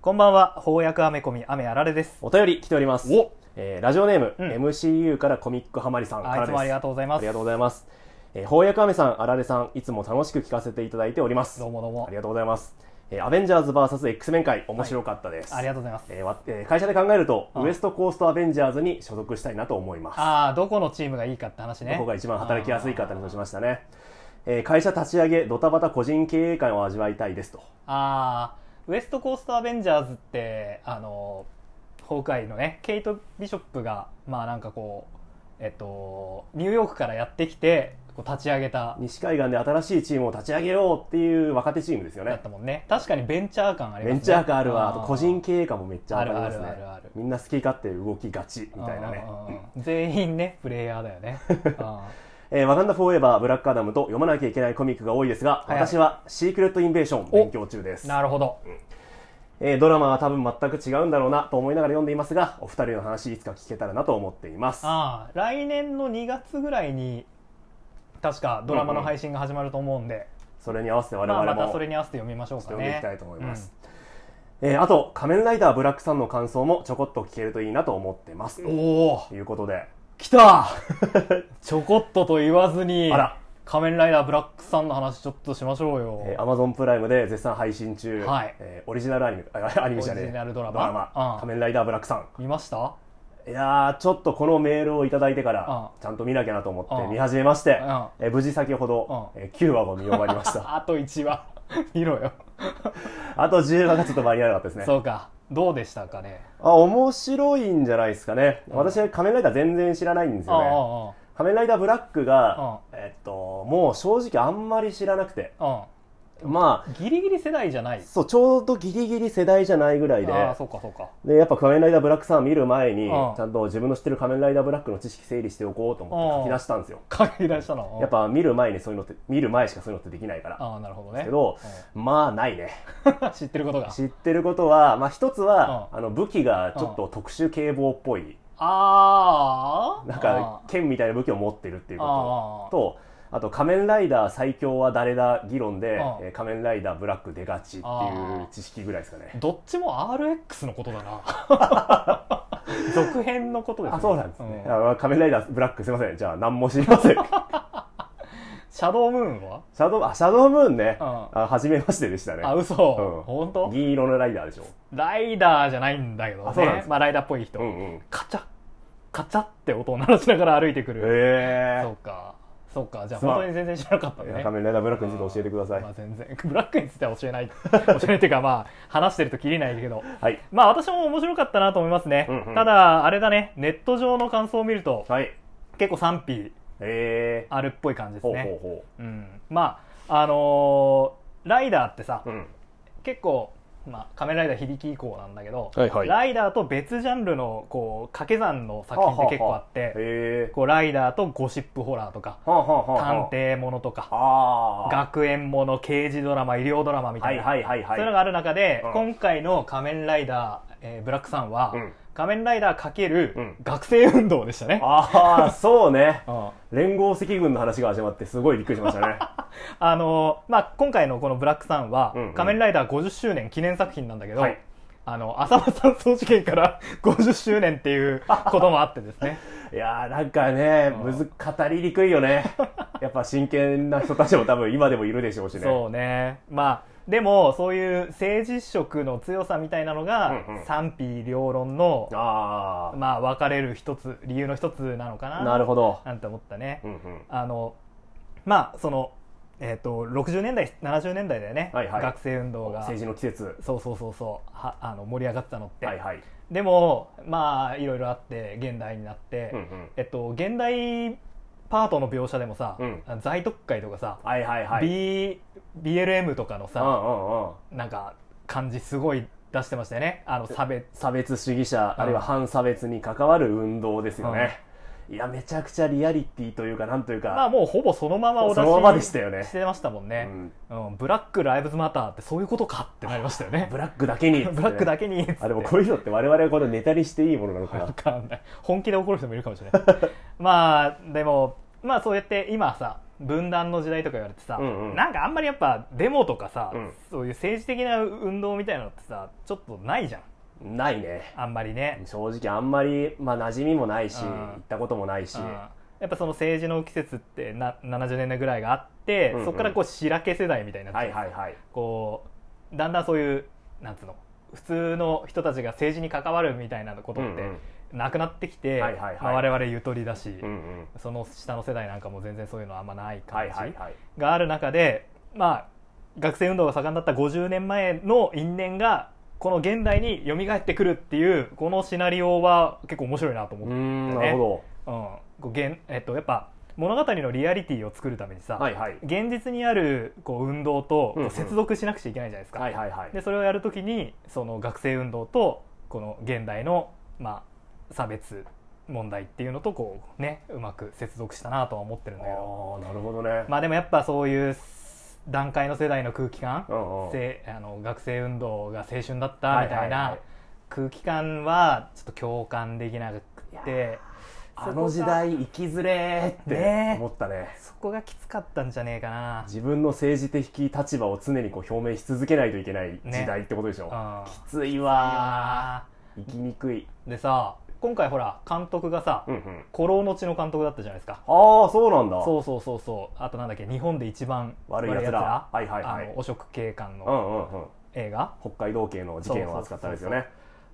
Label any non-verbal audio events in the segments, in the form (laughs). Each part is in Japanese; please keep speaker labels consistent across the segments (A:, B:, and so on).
A: こんばんは、翻訳アメコミ、雨あられです。
B: お便り来ております。
A: お
B: えーラジオネーム、
A: うん
B: MCU からコミックハマりさんか
A: あ
B: ら
A: いつ
B: です。
A: もありがとうござい
B: あ
A: ます。
B: りがとうございます。えー、翻訳アメさん、あられさん、いつも楽しく聞かせていただいております。
A: どうもどうも。
B: ありがとうございます。えーアベンジャーズ VSX 面会、面白かったです。
A: ありがとうございます。
B: えーわえー会社で考えると、
A: うん
B: ウエストコーストアベンジャーズに所属したいなと思います。
A: ああ、どこのチームがいいかって話ね。
B: どこが一番働きやすいかって話をしましたね。えー会社立ち上げ、ドタバタ個人経営感を味わいたいですと。
A: あーウエストコーストアベンジャーズってあのホークアイのねケイト・ビショップがまあなんかこうえっとニューヨークからやってきてこう立ち上げた
B: 西海岸で新しいチームを立ち上げようっていう若手チームですよ
A: だ
B: ね
A: っ。たもんね確かにベンチャー感あります
B: ベ
A: ね
B: ンチャー感あるわ、あ
A: うん
B: と個人経営感もめっちゃ
A: あ
B: 上
A: る
B: がり
A: あ
B: ます
A: るあ
B: ね
A: るある
B: みんな好き勝手動きがちみたいなね、
A: うんうんうん全員ねプレイヤーだよ
B: (laughs)
A: ね、うん
B: えーワガンダフォーエバーブラックアダムと読まなきゃいけないコミックが多いです
A: は
B: が、
A: いはい
B: 私はシークレットインベーション勉強中です、
A: なるほど
B: えードラマは多分全く違うんだろうなと思いながら読んでいますがお二人の話いつか聞けたらなと思っています
A: あー来年の2月ぐらいに確かドラマの配信が始まると思うんで、
B: それに合わせて我
A: まあ、
B: 々
A: ま
B: も
A: たそれに合わせて読みましょうかね
B: 読んでいきたいと思います、えーあと「仮面ライダーブラックさん」の感想もちょこっと聞けるといいなと思ってます
A: お
B: と
A: お
B: いうことで
A: 来た (laughs) ちょこっとと言わずに
B: あら
A: 仮面ライダーブラックさんの話ちょっとしましょうよ、
B: えー、Amazon プライムで絶賛配信中、
A: はい
B: えーオリジナルアニメあアニメじゃねえ
A: オリジナルドラマ
B: ドラマ
A: うん
B: 仮面ライダーブラックさ
A: 見ました
B: ん」いやーちょっとこのメールをいただいてから
A: う
B: ちゃんと見なきゃなと思っ
A: う
B: て
A: ん
B: 見始めまして
A: うん、
B: えー無事先ほど、えー9話を見終わりま
A: (laughs)
B: した
A: あと1話見ろよ、
B: あと10話がちょっと間に合わなかったですね
A: そうかどうでしたかね
B: あ面白いんじゃないですかね私仮面ライダー全然知らないんです
A: あああ
B: よね仮面ライダーブラックが、
A: う
B: えっともう正直あんまり知らなくて
A: あああ
B: ま
A: うんギリギリ世代じゃない
B: あそうちょうどギリギリ世代じゃないぐらいで
A: ああそうかそうか
B: でやっぱ仮面ライダーブラックさんを見る前に、
A: うん
B: ちゃんと自分の知ってる仮面ライダーブラックの知識整理しておこうと思って書き出したんですよ、
A: 書き出したのうん
B: やっぱ見る前にそういうのって見る前しかそういうのってできないから
A: ああなるほど
B: です
A: ね
B: けど、まあないね
A: うん (laughs) 知ってることが
B: 知ってることは、まあ、一つは、
A: う
B: あの武器がちょっと特殊警棒っぽい、
A: ああ
B: なん
A: あ
B: か剣みたいな武器を持ってるっていう
A: あ
B: こととあと仮面ライダー最強は誰だ議論で、
A: うん
B: えー仮面ライダーブラック出がちっていう知識ぐらいですかね
A: どっちも RX のことだな
B: (laughs)
A: 続編のことです、
B: あそうなんですね、
A: うん
B: あ仮面ライダーブラックすいませんじゃあ何も知り
A: (laughs)
B: ません
A: シャドームーンは
B: シャドウ、あ、シャドウムーンね。
A: うん
B: あ、初めましてでしたね。
A: あ、嘘、
B: うん
A: 本当
B: 銀色のライダーでしょ。
A: ライダーじゃないんだけどね。
B: あそうなんですか
A: まあライダーっぽい人。
B: うんうん。
A: カチャカチャって音を鳴らしながら歩いてくる。
B: へ
A: そうか。そうか。じゃあ
B: すまん
A: 本当に全然知らなかった
B: え
A: ね。
B: 仮面ライダーブラックについて教えてください
A: ま。あ全然。ブラックについては教えない。教えないっていうかまあ、話してるときりないけど。
B: はい。
A: まあ私も面白かったなと思いますね。
B: うんうん
A: ただ、あれだね、ネット上の感想を見ると、
B: はい。
A: 結構賛否
B: え
A: あるっぽい感じです
B: ー。ほう
A: ね。
B: ほうほ
A: うん。まあ、あのーライダーってさ、
B: う。うん。
A: 結構、まあ、仮面ライダー響き以降なんだけど、
B: はいはい
A: ライダーと別ジャンルのこう掛け算の作品って結構あって
B: へ
A: こうライダーとゴシップホラーとか
B: ー。はあはあはあ
A: 探
B: は
A: 偵ものとか
B: あ。あ
A: 学園もの刑事ドラマ医療ドラマみ
B: あ。は
A: たい
B: い
A: な、
B: はいはいは
A: そ
B: い。
A: ういうのがある中で、
B: うん
A: 今回の「仮面ライダー、えーブラックさんは」
B: うん
A: 仮面ライダー
B: う
A: ×
B: ん
A: 学生運動でしたね。
B: ああ、そうね。
A: うん
B: 連合赤軍の話が始まってすごいびっくりしましたね。
A: (laughs) あのーまあ、今回のこの「ブラックさんは」
B: うんうん
A: 仮面ライダー50周年記念作品なんだけど、
B: はい
A: あの浅間山荘事件から50周 (laughs) 年っていうこともあってですね
B: いやーなんかね、むず、語りにくいよね。やっぱ真剣な人たちも多分今でもいるでしょうしね。
A: そうねまあでもそういう政治色の強さみたいなのが
B: うんうん
A: 賛否両論の、
B: あ
A: まあ、分かれる一つ理由の一つなのか
B: あ。
A: な
B: なるほど。
A: なんて思ったね、
B: うんうん。
A: あのまあその、えっと60年代70年代だよね、
B: はいはい
A: 学生運動が
B: 政治の季節。
A: そうそうそうそうはあの盛り上がってたのって、
B: はいはい。
A: でもまあいろいろあって現代になって、
B: うんうん
A: えっと現代パートの描写でもさ、
B: うん
A: 在特会とかさ、
B: はいはいはい。
A: B BLM とかの
B: うんう
A: さ、
B: んうん。
A: なんか感じすごい出してましたよねあの差別
B: 差別主義者、
A: うん
B: あるいは反差別に関わる運動ですよね。いや、めちゃくちゃリアリティというか、なんという
A: まあ
B: か、
A: もうほぼそのままお出し
B: そのままでしたよね
A: してましたもんね
B: う、ん
A: うんブラック・ライブズ・マターってそういうことかってなりましたよ
B: (laughs)
A: ね
B: ブラックだけに。
A: (laughs) ブラックだけ
B: け。
A: に
B: あ、でもこういうのって我々はこのネタにしていいものなのか
A: わ
B: な。 (laughs)
A: かんない本気で怒る人もいるかもしれないまあでもまあそうやって今さ分断の時代とか言われてさ、
B: うんうん
A: なんかあんまりやっぱデモとかさ、
B: うん
A: そういう政治的な運動みたいなのってさちょっとないじゃん
B: ないね
A: あんまりね、
B: 正直あんまり、まあ、馴染みもないし
A: うん
B: 行ったこともないし
A: うんやっぱその政治の季節ってな70年代ぐらいがあって、
B: うんうん
A: そこからこう白け世代みたいになって、
B: はいはいはい
A: こうだんだんそういうなんつうの普通の人たちが政治に関わるみたいなことって
B: うん
A: なくなってきて、
B: はいはいはい
A: まあ我々ゆとりだし、
B: うんうんうん
A: その下の世代なんかも全然そういうのはあんまない
B: は
A: 感
B: いはい
A: じ
B: はい
A: がある中で、まあ、学生運動が盛んだった50年前の因縁がこの現代に蘇ってくるっていうこのシナリオは結構面白いなと思
B: う
A: っ
B: ー
A: て、
B: んなるほ
A: うんこう現えっと、やっぱ物語のリアリティを作るためにさ、
B: どはいはい
A: 現実にあるこう運動とこ
B: うんう
A: うん接続しなくちゃいけないじゃないですか。
B: はいはいはい
A: でそれをやるときにその学生運動とこの現代の、まあ、差別問題っていうのとこうねうまく接続したなとは思ってるん
B: あ
A: だけど
B: あなるほどね
A: まあでもやっぱそういう段階の世代の空気感
B: うんうん
A: せあの学生運動が青春だっ
B: は
A: た
B: い
A: みたい
B: はいは
A: ない空気感はちょっと共感できなくって
B: あの時代生きづれーって
A: ね
B: 思ったね
A: そこがきつかったんじゃねえかな。
B: 自分の政治的立場を常にこう表明し続けないといけない時代ってことでしょ、
A: うん
B: きついわー生きにくい、
A: でさ今回ほら監督がさ
B: うんうん、
A: 「古老の地」の監督だったじゃないですか。
B: ああそうなんだ
A: そうそうそうそうあとなんだっけ日本で一番
B: 悪いやつらはいはいは
A: あ
B: い
A: の汚職警官
B: う
A: の
B: んうんうん
A: 映画、
B: 北海道系の事件を扱ったんですよね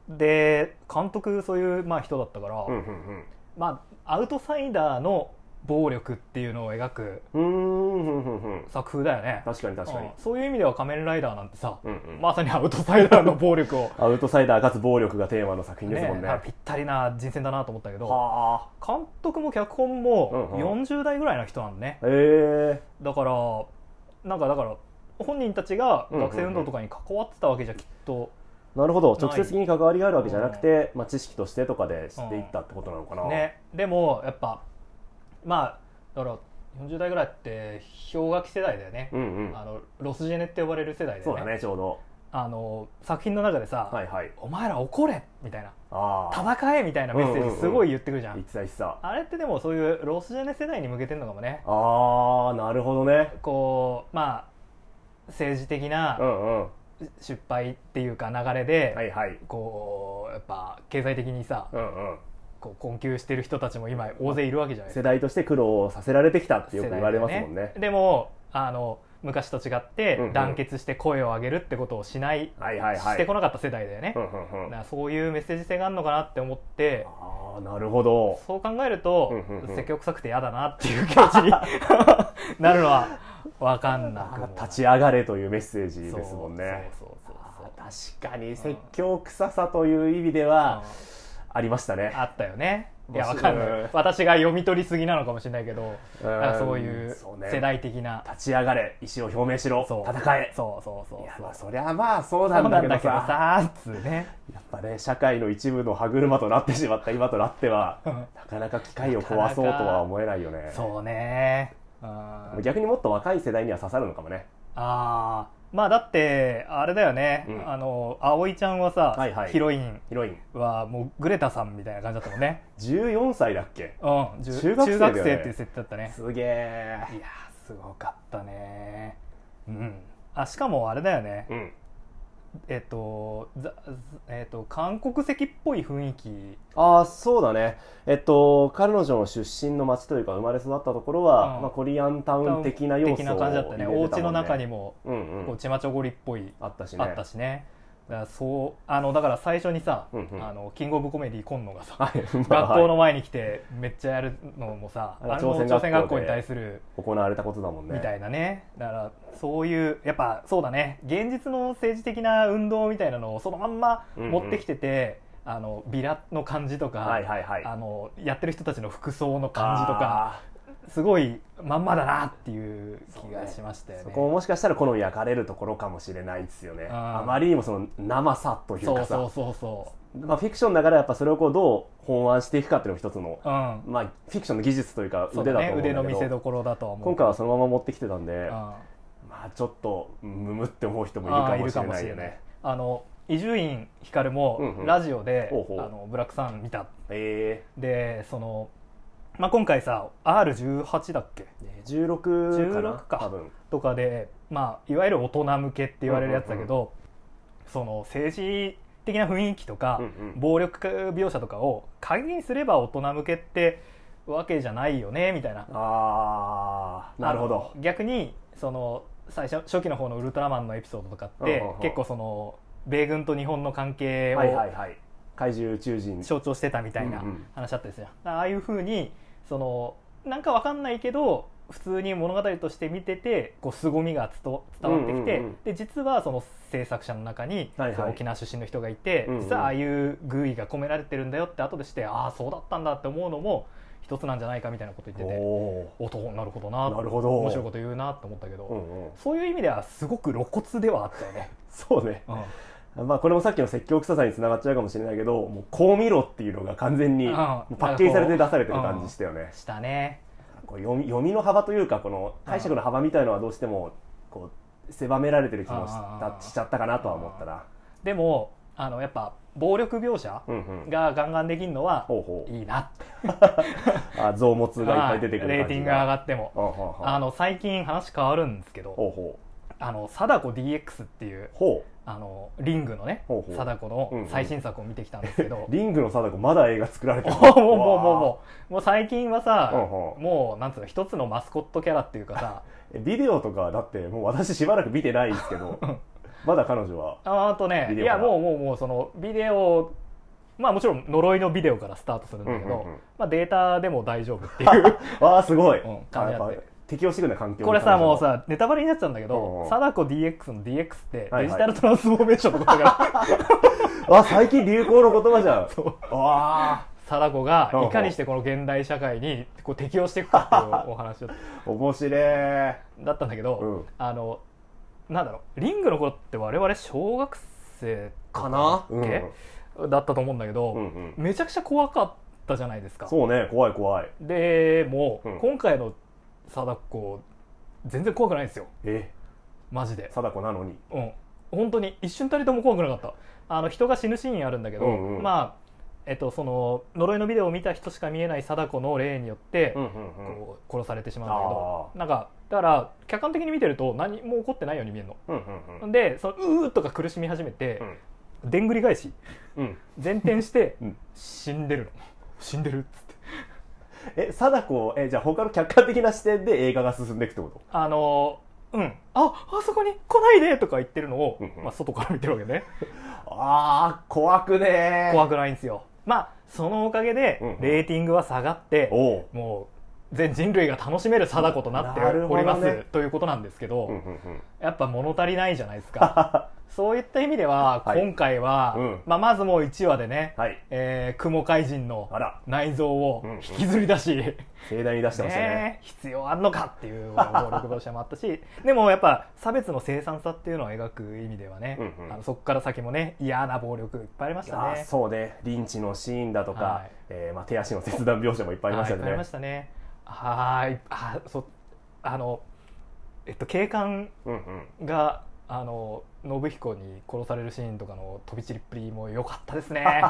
A: で監督そういう、まあ、人だったから、
B: うんうん
A: まあ、アウトサイダーの暴力っていうのを描く
B: うんうーんうんうんうん
A: 作風だよね
B: 確かに確かに
A: うんそういう意味では「仮面ライダー」なんてさ、
B: うんうん
A: まさにアウトサイダーの暴
B: (laughs)
A: 力を
B: アウトサイダーかつ暴力がテーマの作品ですも
A: ね
B: んね
A: なんかぴったりな人選だなと思ったけど
B: は
A: 監督も脚本
B: う
A: も
B: んうん
A: 40代ぐらいの人なんね、
B: あへえ
A: だからなんかだから本人たちが学生運動とかに関わってたわけじゃきっと、
B: なるほど
A: ない
B: 直接的に関わりがあるわけじゃなくて、まあ、知識としてとかで知っていったってことなのかな、
A: ねでもやっぱまあだから40代ぐらいって氷河期世代だよね、
B: うんうん
A: あのロスジェネって呼ばれる世代だ
B: そ
A: よ
B: う
A: ね
B: だねちょうど
A: あの作品の中でさ、
B: はいはい
A: お前ら怒れ!」みたいな「
B: ああ
A: 戦え!」みたいなメッセージすごい言ってくるじゃん,、
B: 言ってた言ってた
A: あれってでもそういうロスジェネ世代に向けてんのかもね
B: ああなるほどね
A: こうまあ政治的
B: う
A: なん
B: うん
A: 失敗っていうか流れで、
B: はいはい
A: こうやっぱ経済的にさ
B: うんうん
A: こう困窮してる人たちも今大勢いるわけじゃないです
B: 世
A: か
B: 代として苦労をさせられてきたってよく言われますもん
A: 世代
B: ね
A: ででもあの昔と違って
B: うんうん
A: 団結して声を上げるってことをしない、
B: はいはいはい
A: してこなかった世代だよね、
B: うんうんうん
A: だからそういうメッセージ性があるのかなって思って
B: ああなるほど
A: そう考えると、
B: うんうんうん
A: 積極臭くて嫌だなっていう気持ちに (laughs) なるのは分かんなくもない
B: 立ち上がれというメッセージですもんね
A: そうそうそうそう
B: あー確かに説教臭さという意味ではありましたね
A: あったよねいや
B: 面
A: わ
B: 白
A: か
B: い
A: んない私が読み取りすぎなのかもしれないけど
B: うん
A: なんかそういう
B: そうね
A: 世代的な
B: 立ち上がれ意思を表明しろ
A: そう
B: 戦え
A: そうそうそう
B: いや
A: そう
B: まあそりゃまあそう
A: そ
B: な
A: うんな
B: だ
A: ん
B: け
A: だ
B: ど
A: けど
B: さ
A: さっつうね
B: やっぱね社会の一部の歯車となってしまった今となっては
A: うん
B: なかなか機械を壊そうとは思えないよね
A: そうねうんあ
B: 逆にもっと若い世代には刺さるのかもね
A: あーまあだってあれだよね、
B: うん
A: あの葵ちゃんはさ、
B: はいはい
A: ヒロイン
B: ヒロイン
A: はもうグレタさんみたいな感じだったもんね、
B: 14歳だっけ
A: うん、じゅ
B: 中学生だよね
A: 中学生っていう設定だったね
B: すげえ
A: いやーすごかったねうんあしかもあれだよね
B: うん
A: えっとざざえっと韓国籍っぽい雰囲気
B: ああそうだねえっと彼女の出身の町というか生まれ育ったところは、
A: うん
B: まあ、コリアンタウン的な要素を
A: 的な感じだったねお家の中に
B: も、
A: も
B: うんう
A: こ
B: ん
A: う、チマチョゴリっぽい、
B: あったしね
A: あったしねだからそうあのだから最初にさ、
B: うんうん
A: あのキングオブコメディ今野がさ、
B: はい (laughs) まあ
A: 学校の前に来てめっちゃやるのもさ、
B: あれ
A: あれも朝
B: 朝鮮学校で
A: 鮮学校に対する
B: 行われたことだもんね
A: みたいなねだからそういうやっぱそうだね現実の政治的な運動みたいなのをそのまんま持ってきてて、あのビラの感じとか、
B: はいはいはい
A: あのやってる人たちの服装の感じとかすごいまんまだなっていう気がしましたよ
B: あー
A: ね
B: そこももしかしたら好み焼かれるところかもしれないですよね
A: あー
B: あまりにもその生さという
A: そ
B: か
A: う
B: さ
A: そうそうそ
B: まあ、フィクションだからやっぱそれをこうどう本案していくかっていうのも一つの、
A: ううん
B: まあ、フィクションの技術というか
A: そう
B: 腕だ
A: だ
B: と
A: ね
B: 思うんだけ
A: 腕
B: ど
A: の見せ所だとは思う
B: 今回はそのまま持ってきてたんで、
A: は
B: まあ、ちょっとむむって思う人
A: う
B: も
A: ん
B: いる
A: あ
B: か
A: ーい
B: も
A: る
B: しれ
A: かも
B: な
A: し
B: い
A: れ
B: よ
A: ない
B: ね。
A: あの伊集院光
B: うん
A: も
B: うん
A: ラジオで
B: ほうほう
A: あのブラックさん見た
B: え
A: でそのまあ、今回さ R18 だっけ
B: ね16かな
A: 16か
B: 多分
A: とかで、まあ、いわゆる大人向けって言われるやつだけど、その政治的な雰囲気とか、
B: うんうん
A: 暴力描写とかを鍵にすれば大人向けってわけじゃないよねみたいな
B: ああなるほど
A: あの逆にその最初初期の方のウルトラマンのエピソードとかって、
B: うんうんうん
A: 結構その米軍と日本の関係を
B: はいはいはい怪獣宇宙人
A: 象徴してたみたいな
B: うんうん
A: 話だったですよ、ああいうふうにそのなんかわかんないけど普通に物語として見ててこう凄みがつと伝わってきて、
B: うんうんうん
A: で実はその制作者の中に、
B: はいはい
A: その沖縄出身の人がいて、
B: うんうん
A: 実はああいう寓意が込められてるんだよって後でしてああそうだったんだって思うのも一つなんじゃないかみたいなこと言って
B: お
A: て
B: お
A: おとなるほどな
B: なるほど
A: 面白いこと言うなって思ったけど、
B: ー、うんうん、
A: そういう意味ではすごく露骨ではあったよね。
B: そうね
A: うん
B: まあこれもさっきの説教臭さにつながっちゃうかもしれないけどもうこう見ろっていうのが完全に
A: うん
B: もうパッケージされて出されてる感じしたよね、
A: したね。
B: こう読み読みの幅というかこの解釈の幅みたいのはどうしてもこう狭められてる気もし
A: あ
B: た
A: ー
B: しちゃったかなとは思ったな
A: でもあのやっぱ暴力描写
B: うんうん
A: がガンガンできるのは
B: ほうほ
A: いいなって
B: うあ臓物がいっぱい出てくる感じが
A: レーティングが上がっても
B: ほうほうほう
A: あの最近話変わるんですけど
B: ほうほ
A: あの貞子 DX っていう
B: うほ
A: あのリングのね
B: ほうほう
A: 貞子の最新作を見てきたんですけど
B: うリングの貞子まだ映画作られて
A: お
B: る
A: (laughs) もうもうもうもうもう最近はさ
B: ほうほう
A: もうなんつうの一つのマスコットキャラっていうかさ
B: えビデオとかだってもう私しばらく見てないんです
A: (laughs)
B: けどまだ彼女は
A: ああとね
B: ビ
A: い
B: デオか
A: や
B: ら
A: もうもうもうそのビデオまあもちろん呪いのビデオからスタートするんだけど、
B: うんうんうん
A: まあ、データでも大丈夫っていう
B: (laughs) わあすごい、
A: うん
B: あやっ
A: 感じ
B: ぱ
A: あって
B: 適応してくるね環境に
A: (laughs) これさ
B: 彼女
A: もうさネタバレになっちゃうんだけ
B: うんう
A: ど
B: ん
A: 貞子 DX の DX って
B: はいはい
A: デジタルトランスフォーメーションのことだか
B: (laughs)
A: ら
B: あ最近流行の言葉じゃん
A: そう
B: わあ
A: 貞子が
B: うんうん
A: いかにしてこの現代社会にこう適応していくかっていうお話だっ
B: 面白い
A: だったんだけど、
B: うん
A: あのなんだろうリングの頃って我々小学生
B: かな
A: だっけだったと思うんだけど、
B: うんうん
A: めちゃくちゃ怖かったじゃないですか
B: そうね怖い怖い
A: でも、
B: うん
A: 今回の貞子全然怖くないんですよ
B: え
A: マジで
B: 貞子なのに
A: うん、本当に一瞬たりとも怖くなかったあの人が死ぬシーンあるんだけど、
B: うんうん
A: まあえっと、その呪いのビデオを見た人しか見えない貞子の霊によって、
B: んうん
A: こう殺されてしまうんだけどなんかだから客観的に見てると何も起こってないように見える
B: うんうんうん
A: のでそのうーとか苦しみ始めて、
B: うん
A: でんぐり返し
B: うん
A: 前転して、
B: うん
A: 死んでるの死んでるっつって
B: え貞子えじゃあ他の客観的な視点で映画が進んでいくってこと
A: あのうんああそこに来ないでとか言ってるのを、
B: うんうん
A: まあ、外から見てるわけね
B: ああ怖くね
A: 怖くないんですよまあそのおかげで
B: うんうん
A: レーティングは下がって、
B: おう
A: もう全人類が楽しめる貞子となって
B: なるほ
A: お
B: どね
A: ります、ということなんですけど、
B: うんうんうん
A: やっぱ物足りないじゃないです
B: (laughs)
A: かそういった意味では
B: はい
A: 今回は、
B: うん
A: まあ、まずもう1話でね、
B: はい
A: えー雲怪人の
B: あら
A: 内臓を
B: うんうん
A: 引きずり出し、
B: 盛大に出してましたね
A: ねえ必要あんのかっていう暴力描写もあったし (laughs) でもやっぱ差別の凄惨さっていうのを描く意味ではね、
B: うんうん
A: あのそこから先もね嫌な暴力いっぱいありました
B: あ
A: ね
B: ーそうねリンチのシーンだとか、
A: はい
B: えーまあ、手足の切断描写もいっぱいありました
A: はいいっぱいあり
B: ね
A: ましたね。はい。あ、そ、あの、えっと、警官
B: うんうん
A: が、あの、信彦に殺されるシーンとかの飛び散りっぷりも良かったです
B: (laughs)
A: ね。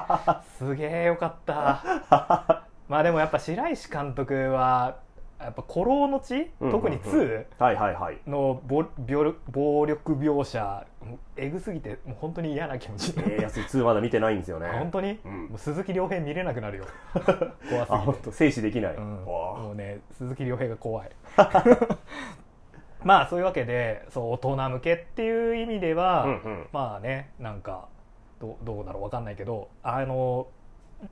A: すげえ良かった。まあでもやっぱ白石監督は、やっぱ古老の地、
B: うんうん
A: 特に2
B: はいはいはい
A: の暴暴力暴力描写、もうえぐすぎて、もう本当に嫌な気持ち。
B: えー、安い2まだ見てないんです (laughs) よね
A: 本当に、
B: うん
A: もう鈴木亮平見れなくな
B: (laughs)
A: るよ。怖す
B: あ
A: ぎて
B: 本。当静止できない、
A: うん
B: わあ
A: もうね鈴木亮平が怖いまあそういうわけでそう大人向けっていう意味では、
B: うんうん
A: まあねなんかどどうだろうわかんないけどあの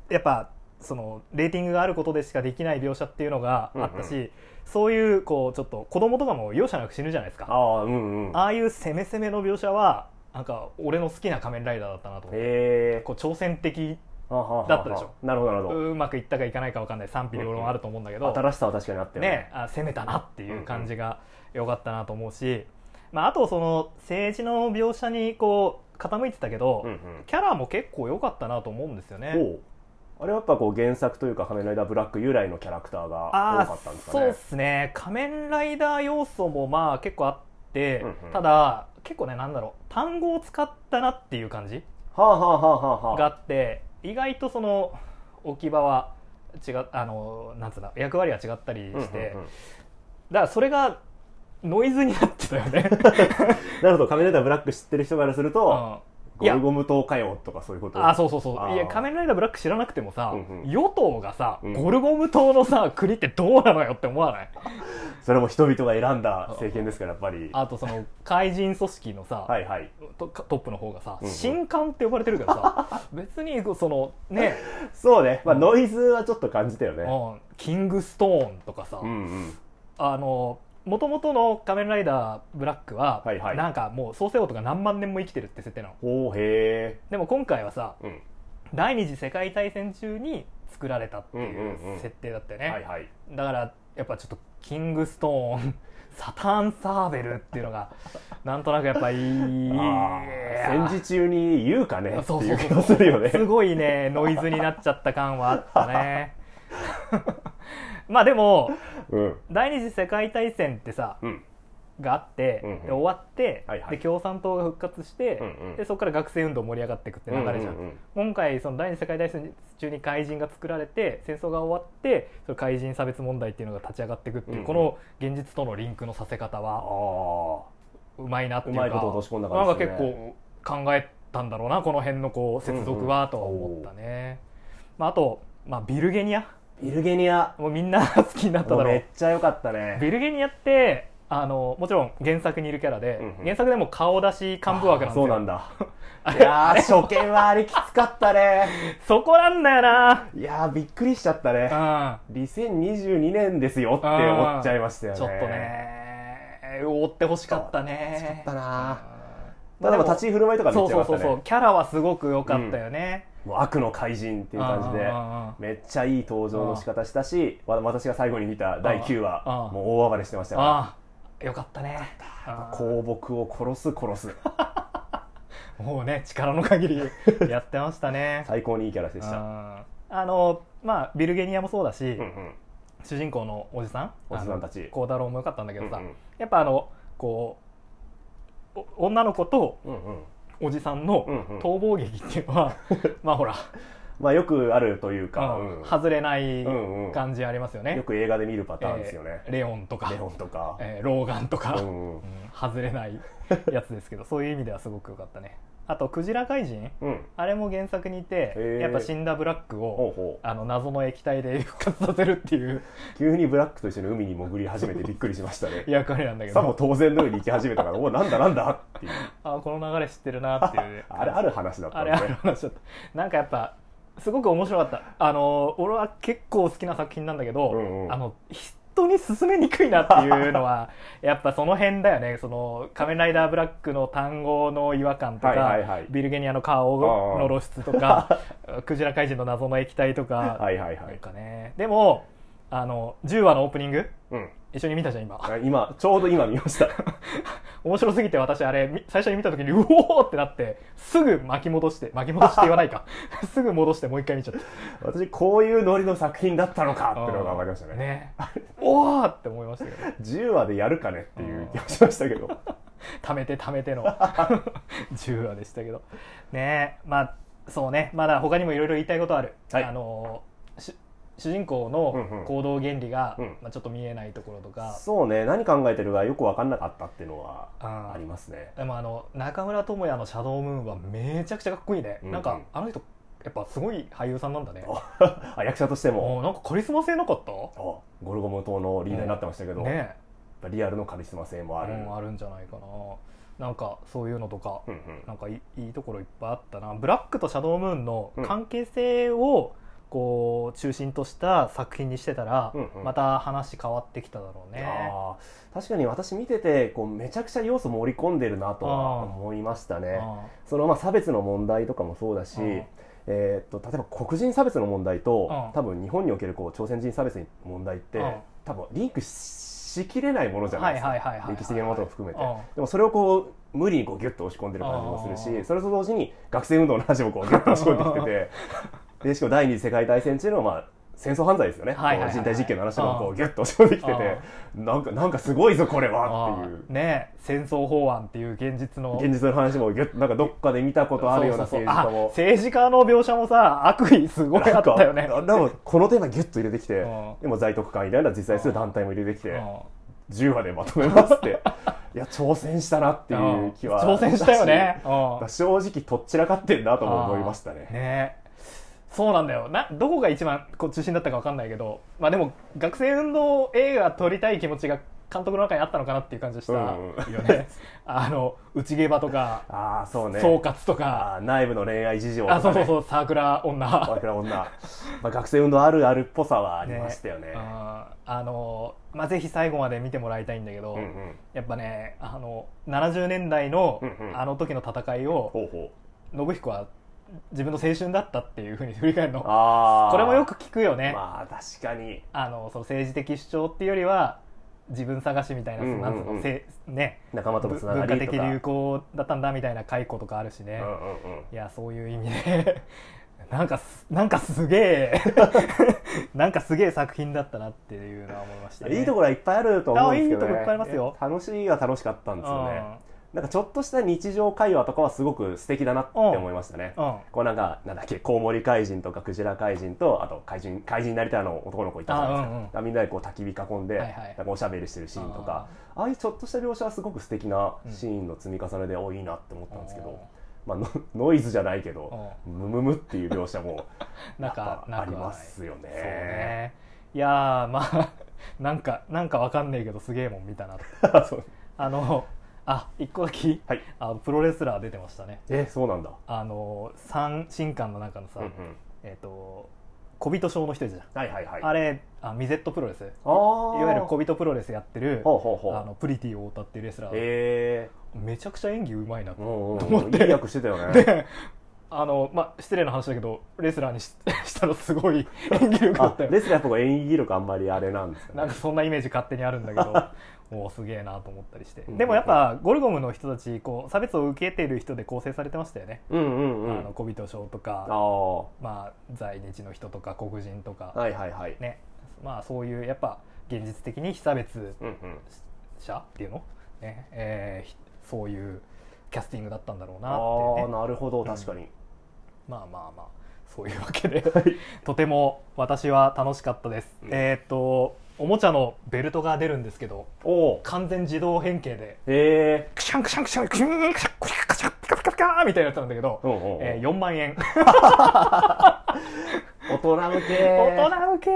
A: やっぱそのレーティングがあることでしかできない描写っていうのがあったし、
B: うん
A: そういうこうちょっと子供とかも容赦なく死ぬじゃないですか
B: ああうんうん
A: ああいう攻め攻めの描写はなんか俺の好きな仮面ライダーだったなと思って、
B: え
A: こう挑戦的
B: ー、ははは
A: だったでしょ
B: なるほどなる
A: う
B: ほど
A: まくいったかいかないかわかんない賛否両論あると思うんだけど、
B: 新しさは確かにあったよね
A: ね、あ攻めたなっていう感じが良かったなと思うし、まあ、あとその政治の描写にこう傾いてたけど、
B: うんうん
A: キャラも結構良かったなと思うんですよね。
B: おうあれはやっぱこう原作というか「仮面ライダーブラック」由来のキャラクターが多か
A: あ
B: ったんです
A: ー
B: か
A: そうで
B: ね
A: すね仮面ライダー要素もまあ結構あって、
B: うんうん
A: ただ結構ねなんだろう単語を使ったなっていう感じ
B: はあはあはあはあは
A: があって意外とその置き場は違うあのなんつうんだ役割は違ったりして、
B: うんうんうん
A: だからそれがノイズになってたよね、
B: なるほど、仮面ライダーブラック知ってる人からすると、
A: うんい
B: ゴ
A: や
B: ルゴム島かよとかそういうこと。
A: あそうそうそ
B: あ
A: う
B: ー
A: いや仮面ライダーブラック知らなくてもさ、
B: うんうん
A: 与党がさ、
B: うん
A: ゴルゴム島のさ国ってどうなのよって思わない
B: それも人々が選んだ政権ですから、やっぱり。
A: あとその怪人組織のさ、
B: はいはい。
A: とトップの方がさ
B: うんうん
A: 新刊って呼ばれてるからさ別にその
B: (laughs)
A: ね、
B: そうね、まあ、
A: うん
B: ノイズはちょっと感じたよ
A: う
B: ね。
A: ん、キングストーンとかさ、
B: うんうん。
A: あの元々の「仮面ライダーブラックは」
B: はいはい
A: なんかもう創世王とか何万年も生きてるって設定なの
B: ほうへ
A: でも今回はさ
B: え。うん。
A: 第二次世界大戦中に作られたってい
B: んうんう
A: うんう設定だったよね、
B: はいはい。
A: だからやっぱちょっとキングストーン (laughs) サタンサーベルっていうのが (laughs) なんとなくやっぱいい
B: あー戦時中に言うかねって
A: そう
B: い
A: そうう
B: 気
A: そう
B: がするよね。
A: すごいねノイズになっちゃった感はあったね (laughs) まあでも
B: うん。
A: 第二次世界大戦ってさ
B: うん。
A: があって、
B: うんうん
A: で終わって、
B: はいはい
A: で共産党が復活して、
B: うんうん
A: でそこから学生運動盛り上がっていくって流れじゃん,、
B: うんうんうん
A: 今回その第二次世界大戦中に怪人が作られて戦争が終わってその怪人差別問題っていうのが立ち上がっていくっていう、
B: うんうん
A: この現実とのリンクのさせ方は
B: あ
A: うまいなっていう
B: う
A: か
B: まいこと落とし込んだ
A: な
B: 感
A: ん
B: じ
A: か
B: ですね
A: 結構考えたんだろうなこの辺のこう接続はとは思ったね、まあ、あと、まあ、ビルゲニア
B: あ。ビルゲニア。
A: もうみんな (laughs) 好きになっただろ
B: め
A: う
B: っちゃ良かったね。
A: ビルゲニアってあのもちろん原作にいるキャラで、
B: うんうん
A: 原作でも顔出し幹部枠なんですよ
B: そうなんだ。
A: (laughs) あ
B: い
A: れ
B: やー、初見はあれきつかったね。
A: (laughs) そこなんだよない
B: やー、びっくりしちゃ (laughs) ったね。2022年ですよって思っちゃいました
A: う
B: よ
A: ん
B: ね。
A: ちょっと。ね追ってほしかったね
B: ちょっと欲しかったな
A: うん
B: まあでも立ち居振る舞いとかめ
A: そ
B: っ
A: う
B: ちゃ
A: そ
B: 良
A: う
B: か
A: そ
B: った
A: うそう
B: ね。
A: キャラはすごく良かったよね、
B: もう悪の怪人っていう感じで
A: うんうんうんうん。
B: めっちゃいい登場の仕方したし、わ私が最後に見た第
A: う
B: 9
A: んう
B: 話、
A: ん
B: もう大暴れしてましたか
A: ああよかったね
B: ら。
A: うん
B: 公僕を殺す殺す。
A: もうね力の限りやってました
B: (laughs)
A: ね
B: 最高にいいキャラでした。
A: うんあのまあビルゲニアもそうだし、
B: うんうん。
A: 主人公のおじさん
B: おじさんたち
A: 孝太郎もよかったんだけどさ、
B: うんうん
A: やっぱあのこうお女の子と
B: うんうん。
A: おじさん
B: うん
A: の
B: うん
A: 逃亡劇っていうの
B: (laughs)
A: は、まあほら、
B: まあよくあるというか、
A: うん
B: うん
A: 外れない
B: うんうん
A: 感じありますよね
B: よ、く映画で見るパターンですよね
A: え。ーレオンとか
B: レオンとか。
A: えーローガンとか、
B: う
A: うん
B: んうん
A: 外れないやつです
B: (laughs)
A: けどそういう意味ではすごく良かったねあと「クジラ怪人
B: うん。」
A: あれも原作にいて、
B: へー
A: やっぱ死んだブラック
B: ほう
A: を
B: ほう。
A: あの謎の液体で復活させるっていう
B: 急にブラックと一緒に海に潜り始めてびっくりしましたね。
A: 役割なんだけ
B: さも
A: ど
B: 当然のように行き始めたから、おなんだなんだっていう。
A: あこの流れ知ってるなって
B: (laughs)
A: いうね
B: あれある話だった
A: あ
B: ん
A: れ
B: で
A: ある話だったなんかやっぱすごく面白かったあの俺は結構好きな作品なんだけど、
B: うんうん
A: あの人に勧めにくいなっていうのは
B: (laughs)
A: やっぱその辺だよねその「仮面ライダーブラック」の単語の違和感とか、
B: はいはいはい
A: ビルゲニアの顔の露出とか (laughs) クジラ怪人の謎の液体とか、
B: はいはいは
A: なん
B: い。
A: かねでもあの10話のオープニング
B: うん。
A: 一緒に見たじゃん今
B: あ今、ちょうど今見ま
A: (laughs)
B: した。
A: 面白すぎて私あれみ最初に見た時にうおーってなってすぐ巻き戻して巻き戻して言わない
B: (laughs)
A: かすぐ戻してもう一回見ちゃった
B: 私、こういうノリの作品だったのかっていうのが分かりましたね。
A: ねおおって思いましたけどね
B: 10話でやるかねっていう気がしましたけど。
A: 貯めて貯めての (laughs) 10話でしたけどねまあそうねまだ他にもいろいろ言いたいことある、
B: はい
A: あのし主人公
B: うんう
A: の
B: ん
A: 行動原理が、
B: うん
A: まあ、ちょっと見えないところとか、
B: そうね、何考えてるかよく分かんなかったっていうのは
A: あ
B: あり
A: ー
B: ますね。
A: でもあの中村倫也の「シャドームーン」はめちゃくちゃかっこいいね、
B: うんうん
A: なんかあの人やっぱすごい俳優さんなんだね
B: あ、役者としても、
A: おーなんかカリスマ性なかった
B: あゴルゴム島のリーダーになってましたけど、やっ
A: ね
B: ぱリアルのカリスマ性もある。
A: うん、あるんじゃないかななんかそういうのとか、
B: うんうん
A: なんかいいいところいっぱいあったなブラックとシャドームーンの関係性をこう中心とした作品にしてたら、
B: うんうん
A: また話変わってきただろうね
B: あー確かに私見ててこうめちゃくちゃ要素盛り込んでるなとは
A: うん
B: 思いました
A: う
B: ね
A: ん
B: そのまあ差別の問題とかもそうだし
A: うん
B: えーっと例えば黒人差別の問題と
A: うん
B: 多分日本におけるこう朝鮮人差別の問題って
A: うん
B: 多分リンクしきれないものじゃないです
A: はいはいはいはい
B: か
A: はい
B: 歴史的なものを含めて
A: うん
B: でもそれをこう無理にこうギュッと押し込んでる感じもする
A: う
B: し
A: ん
B: それと (laughs) 同時に学生運動の話もこうギュッと押し込んできててでしかも第二次世界大戦中のまあ戦争犯罪ですよね、
A: はいはいはい
B: こう人体実験の話とかもこ
A: う
B: うんギュッと押し込んできててなんかなんかすごいぞこれは
A: あ
B: ってい
A: ー
B: う
A: ね戦争法案っていう現実の
B: 現実の話もギュッとなんかどっかで見たことあるような政治家も
A: そうそうそうあ政治家の描写もさ悪意すごいあ
B: なん
A: っ
B: か
A: たよね
B: でもこのテーマギュッと入れてきて
A: うん
B: でも在特会みたいな実在する団体も入れてき
A: う
B: て
A: ん
B: 10話でまとめますって (laughs) いや挑戦したなっていう気は
A: 挑戦したよね
B: だしだ
A: う
B: か
A: ん
B: ら正直とっちらかってんなとも思いましたね
A: ねそうなんだよなどこが一番こう中心だったかわかんないけどまあでも学生運動映画撮りたい気持ちが監督の中にあったのかなっていう感じしたよ
B: うん
A: ね、 (laughs) あの内ゲバとか、
B: ああそうね
A: 総括とか
B: あー内部の恋愛事情とか、
A: あ
B: ね、
A: そうそうそうサークラー女
B: 枕女、まあ、学生運動あるあるっぽさはありましたよね
A: うんあのまあぜひ最後まで見てもらいたいんだけど、
B: うんうん
A: やっぱねあの70年代の
B: うんうん
A: あの時の戦いを
B: ほうほう
A: 信彦は自分の青春だったっていうふうに振り返るの
B: ああ
A: これもよく聞くよね、
B: まあ確かに
A: あのその政治的主張っていうよりは自分探しみたいなその
B: うんうん
A: なんつう
B: うん
A: のせね
B: 仲間とのつなが
A: 文
B: りと
A: 化
B: か
A: 的流行だったんだみたいな解雇とかあるし
B: う
A: ね、
B: んうんうん
A: いやそういう意味で (laughs) なんかすなんかすげえ (laughs) なんかすげえ作品だったなっていうのは思いましたね
B: いいところはいっぱいあると思うんですけど、ね、
A: あいいとこいっぱいありますよ
B: 楽しいは楽しかったんですよね、なんかちょっとした日常会話とかはすごく素敵だなって思いましたね、
A: うん、うん
B: こうなんかなんだっけコウモリ怪人とかクジラ怪人とあと怪人怪人になりたいあの男の子いたじゃないですか,、
A: あうんうん
B: みんなでこう焚き火囲んで、
A: はいはい
B: なんかおしゃべりしてるシーンとかああいうちょっとした描写はすごく素敵なシーンの積み重ねで、おいいなって思ったんですけど、まあ、ノノイズじゃないけど、ムムムっていう描写も
A: な
B: や
A: ん
B: っ
A: か
B: ぱ
A: な
B: あ
A: ん
B: り
A: か
B: ますよ
A: そう
B: ね。
A: ねいやーまあ (laughs) なんかなんかわかんねえけどすげえもん見たなって
B: (laughs) そう
A: あのあ一個だけ
B: はい
A: あのプロレスラー出てましたね
B: えそうなんだ、
A: あの三新刊の中のさ、
B: うんうん
A: えっ、と小人賞の一人じゃん、
B: はいはいはい
A: あれあミゼットプロレスい
B: あー
A: わゆる小人プロレスやってる
B: ほうほうほう
A: あのプリティ太田っていうレスラー、
B: え
A: めちゃくちゃ演技うまいな
B: え
A: と、
B: も
A: と
B: う
A: 思
B: も
A: っ
B: う
A: て
B: いい役して
A: (laughs)
B: たよね
A: であのまあ失礼な話だけどレスラーにし (laughs) したらすごい演技力だ
B: あ
A: ったよ
B: レスラーやっぱこう演技力あんまりあれなんですか
A: なん
B: ね
A: かそんなイメージ勝手にあるんだけど
B: (laughs)
A: おおすげえなと思ったりして
B: うん
A: でもやっぱゴルゴムの人たちこう差別を受けてる人で構成されてましたよね、
B: うんうんう
A: あの
B: ん
A: 小人賞と
B: あ
A: か
B: あ
A: まあ、在日の人とか黒人とか、
B: はいはいはい
A: ねまあ、そういうやっぱ現実的に非差別
B: うんうん
A: 者っていうの、ねえーひそういうキャスティングだったんだろうな
B: あ
A: っていう
B: あ
A: ね
B: なるほど確かに
A: まあまあまあそういうわけで、
B: い
A: とても私は楽しかったです、
B: うん
A: えーっとおもちゃのベルトが出るんですけど
B: おお
A: 完全自動変形で
B: へえ
A: クシャンクシャンクシャンクシャンクシャンクシャンクシャンクシャンクシャンクシャンクシャンみたいなやつなんだけど、
B: うんうんうん
A: えー、4万円
B: 大人向け
A: 大人受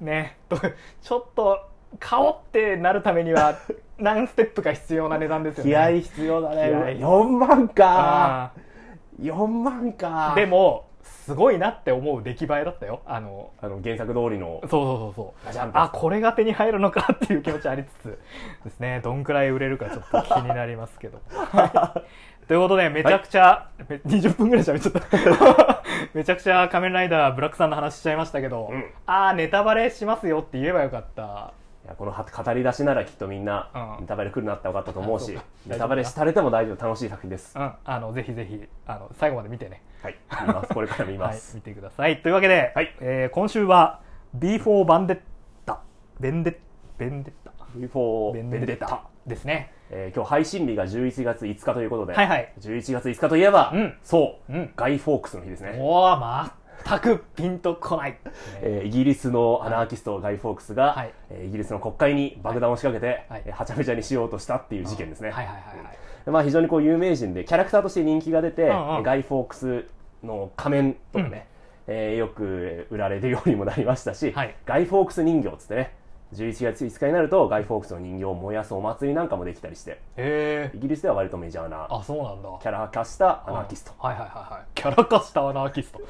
A: けねとちょっと顔ってなるためには何ステップか必要な値段ですよね
B: 気合必要だ
A: 気合
B: ね4万
A: あ
B: か4万か
A: ーでもすごいなって思う出来栄えだったよあの
B: あの原作通りの
A: そうそうそう
B: ガチ
A: そ
B: ャ
A: う
B: ンと
A: あこれが手に入るのかっていう気持ちありつつです
B: (laughs)
A: ねどんくらい売れるかちょっと気になりますけどはいということでめちゃくちゃ、め20分ぐらい喋っちゃった (laughs) めちゃくちゃ仮面ライダーブラックさんの話しちゃいましたけど、
B: うん
A: ああネタバレしますよって言えばよかった
B: いやこのは語り出しならきっとみんな
A: うん
B: ネタバレ来るなって分かったと思う
A: あそう
B: し
A: か
B: ネタバレされても大丈夫楽しい作品です
A: うん、あのぜひぜひあの最後まで見てね、
B: はい見ますこれから見ま
A: はい
B: す、
A: 見てくださいというわけで、
B: はい
A: えー今週は B4 バンデッタベンデッベンデッタ
B: V4
A: ベ
B: ベ
A: ン
B: ン
A: デ
B: デ
A: ッ
B: ッ
A: タ
B: タ、
A: ですね
B: えー今日配信日が11月5日ということで、
A: はいはい
B: 11月5日といえば、
A: うん
B: そう、
A: うん
B: ガイ・フォークスの日ですね、
A: おお全くピンとこない、
B: えーイギリスのアナーキスト、ガイ・フォークスが、
A: はい
B: えーイギリスの国会に爆弾を仕掛けて、
A: はい
B: えーはちゃめちゃにしようとしたっていう事件ですね、
A: はいはいはいはい
B: うんまあ、非常にこう有名人でキャラクターとして人気が出て、
A: んうん
B: ガイ・フォークスの仮面とかね、えーよく売られるようにもなりましたし、
A: はい
B: ガイ・フォークス人形っつってね11月5日になるとガイ・フォークスの人形を燃やすお祭りなんかもできたりして
A: へえ
B: イギリスでは割とメジャーな
A: あそうなんだ
B: キャラ化したアナーキスト。
A: はいはいはいはいキャラ化したアナーキスト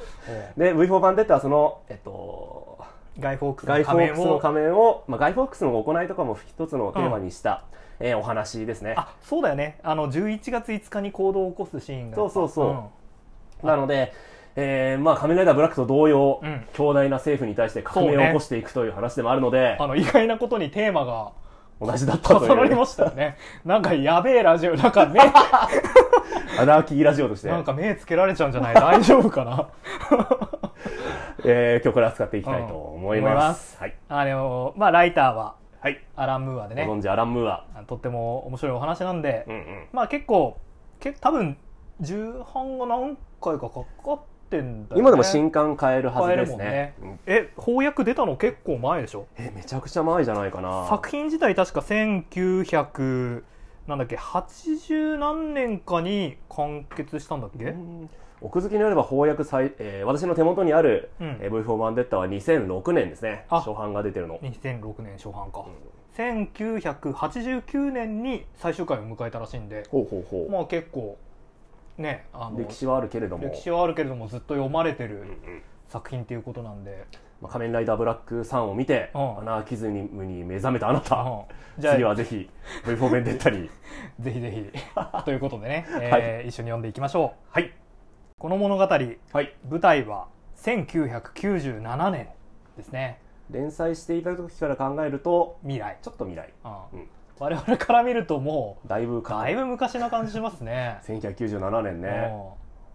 B: で、V4 版でってはその、えっと、
A: ガイ・フォークス
B: ガイ・
A: の
B: フ
A: 仮
B: ォー
A: 面
B: クスの
A: を
B: 仮面を、まあ、ガイ・フォークスの行いとかも一つのテーマにした、えーお話ですね。
A: あそうだよねあの11月5日に行動を起こすシーンが
B: そうそうそうんなので、えーまあ、仮面ライダーブラックと同様、
A: うん
B: 強大な政府に対して革
A: そ
B: 命
A: う
B: を
A: ね
B: 起こしていくという話でもあるので、
A: あの意外なことにテーマが
B: 同じだったとい
A: 重なり
B: う、
A: ましたよねなんかやべえラジオなんか目 (laughs)
B: アナーキーラジオとして、
A: (laughs) なんか目つけられちゃうんじゃない大丈夫かな
B: えー、今日これ扱っていきたいと思います。はい、
A: あのまあライターは
B: はい、
A: アラン・ムーアでね
B: ご存知アラン・ムーア。
A: とっても面白いお話なんで、
B: うんうん。
A: まあ結構結多分重版が何回かかかってんだよね
B: 今でも新刊買えるはずです
A: 買え
B: ね。うん
A: え翻訳出たの結構前でしょ
B: えめちゃくちゃ前じゃないかな。
A: 作品自体確か1900なんだっけ80何年かに完結したんだっ
B: う
A: け
B: ん奥付きによれば翻訳さい、えー私の手元にある、
A: うん
B: えー V4 バンデッタは2006年ですね
A: あ
B: 初版が出てるの、
A: 2006年初版か
B: うん
A: 1989年に最終回を迎えたらしいんで
B: ほうほうほう、
A: まあ結構ねあの
B: 歴史はあるけれども
A: 歴史はあるけれどもずっと読まれて
B: うんう
A: る
B: ん
A: 作品っていうことなんで、
B: まあ、仮面ライダーブラック3を見て、
A: うん
B: アナーキズムに目覚めたあなた、
A: うんじゃ
B: 次
A: あ
B: はぜひ V4 ベンデッ
A: (laughs)
B: タに
A: ぜひぜひ
B: (laughs)
A: ということでね、えー一
B: は
A: 緒に読んでいきましょう
B: はい
A: この物語
B: はい
A: 舞台は1997年ですね
B: 連載していた時から考えると
A: 未来、
B: ちょっと未来
A: うん
B: うん
A: 我々から見るとも
B: だいぶ
A: う
B: か
A: だいぶ昔な感じしますね
B: 1997年 (laughs) ね
A: う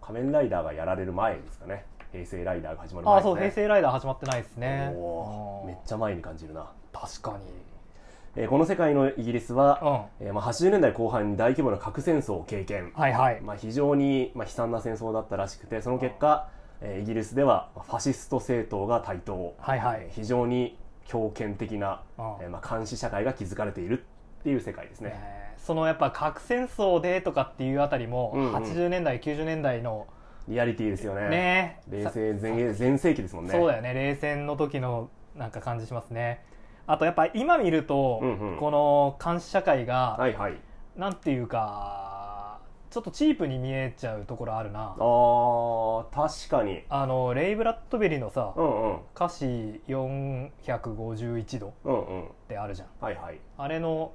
A: ん
B: 仮面ライダーがやられる前ですかね平成ライダーが始まる前
A: あ
B: で
A: あ
B: す、ね、
A: そう、平成ライダー始まってないですね。
B: おーめっ
A: うん
B: ちゃ前に感じるな、
A: 確かに。
B: えーこの世界のイギリスは
A: うん。は
B: えーまあ、80年代後半に大規模な核戦争を経験、
A: いはい。
B: まあ、非常に、まあ、悲惨な戦争だったらしくてその結果、えーイギリスではまあファシスト政党が台頭、
A: はいは
B: え
A: い
B: ー。非常に強権的な、
A: うん
B: えーまあ、監視社会が築かれているっていう世界ですね、
A: ねそのやっぱ核戦争でとかっていうあたりも、
B: うんうん
A: 80年代90年代の
B: リアリティですよね
A: ね
B: 冷
A: さ
B: 静全全盛期ですもんね
A: そうだよね冷戦の時のなんか感じしますねあとやっぱ今見ると、
B: うんうん
A: この監視社会が、
B: はいはい
A: なんていうかちょっとチープに見えちゃうところあるな
B: あー確かに
A: あのレイ・ブラッドベリーのさ、
B: うんうん
A: 歌詞451度
B: うんうん
A: ってあるじゃん
B: はいはい
A: あれの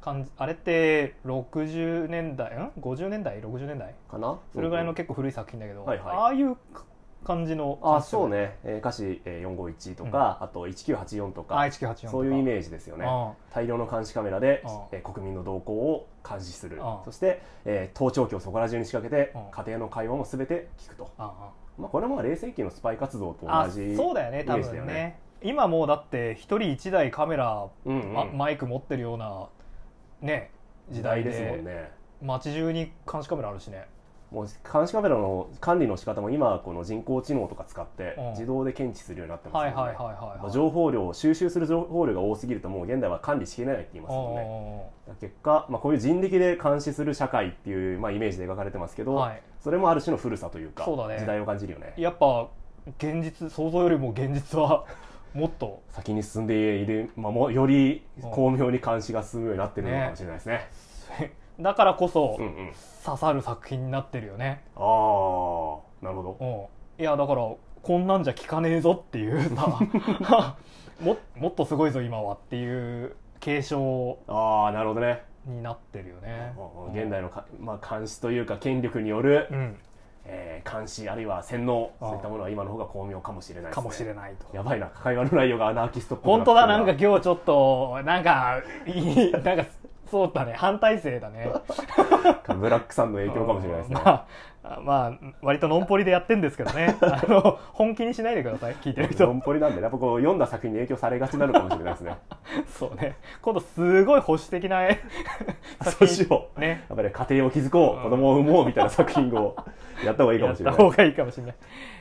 A: 感じあれって60年代ん50年代60年代
B: かな
A: それぐらいの
B: うんうん
A: 結構古い作品だけど、
B: はいはい
A: ああいうか感じの
B: あそうね、えー歌詞、えー、451とか、あと1984とか
A: あ1984とか
B: そういうイ
A: ージ
B: メージですよ
A: よ
B: ね大量の監視カメラで
A: ああ、
B: えー国民の動向を監視する
A: ああ
B: そして、えー盗聴器をそこら中に仕掛けて
A: うん
B: 家庭の会話もすべて聞くと、
A: あ
B: まあ、これも冷戦期のスパイ活動と
A: ああ
B: 同じ
A: そうだよね多
B: イメージだよ
A: 分ね
B: ね
A: 今もうだって一人一台カメラ、
B: うんうん
A: まマイク持ってるようなね時
B: 時
A: 代
B: 代
A: で
B: ですもんね
A: 街中に監視カメラあるしね
B: もう監視カメラの管理の仕方も今はこの人工知能とか使って
A: うん
B: 自動で検知するようになってます
A: はい
B: よね、
A: はいはいはい、
B: ま
A: は
B: あ
A: い、
B: 情報量収集する情報量が多すぎるともう現代は管理しきれないって言いますもんねだから結果、まあ、こういう人力で監視する社会っていう、まあ、イメージで描かれてますけ
A: う
B: ど、
A: んはい
B: それもある種の古さというか
A: そうだね
B: 時代を感じるよね
A: やっぱ現実想像よりも現実は (laughs) もっと
B: 先に進んでいる、まあ、もうより巧妙に監視が進むようになってるのかもしれないですね
A: だからこそ
B: うんうん
A: 刺さる作品になってるよね、
B: ああなるほど
A: うん、いやだからこんなんじゃ聞かねえぞっていう
B: (laughs)
A: さももっとすごいぞ今はっていう継承
B: ああなるほどね、
A: になってるよね
B: うんうん現代のか、まあ、監視というか権力による、
A: うん
B: えー監視あるいは洗脳
A: あー
B: そういったものは今の方が巧妙かもしれないですね
A: かもしれないと
B: やばいな会話の内容がアナーキストっぽく
A: 本当だ
B: って
A: な
B: る
A: んか今日ちょっとなんかいいなんかそうだね反対性だね
B: ブラックさんの影響かもしれないですね、
A: まあ、まあ、割とノンポリでやってんですけどね。あの、本気にしないでください。聞いてる
B: (laughs) ド
A: 人。
B: ンポリなんでねやっぱこう読んだ作品に影響されがちになるかもしれないです
A: (laughs)
B: ね
A: そうね。今度すごい保守的な
B: そうしよう
A: ね。
B: やっぱり家庭を築こ
A: うん
B: う子供を産もうみたいな作品をやった方がいいか
A: や
B: も
A: っ
B: しれ
A: た
B: ない
A: 方がいいかもしれない。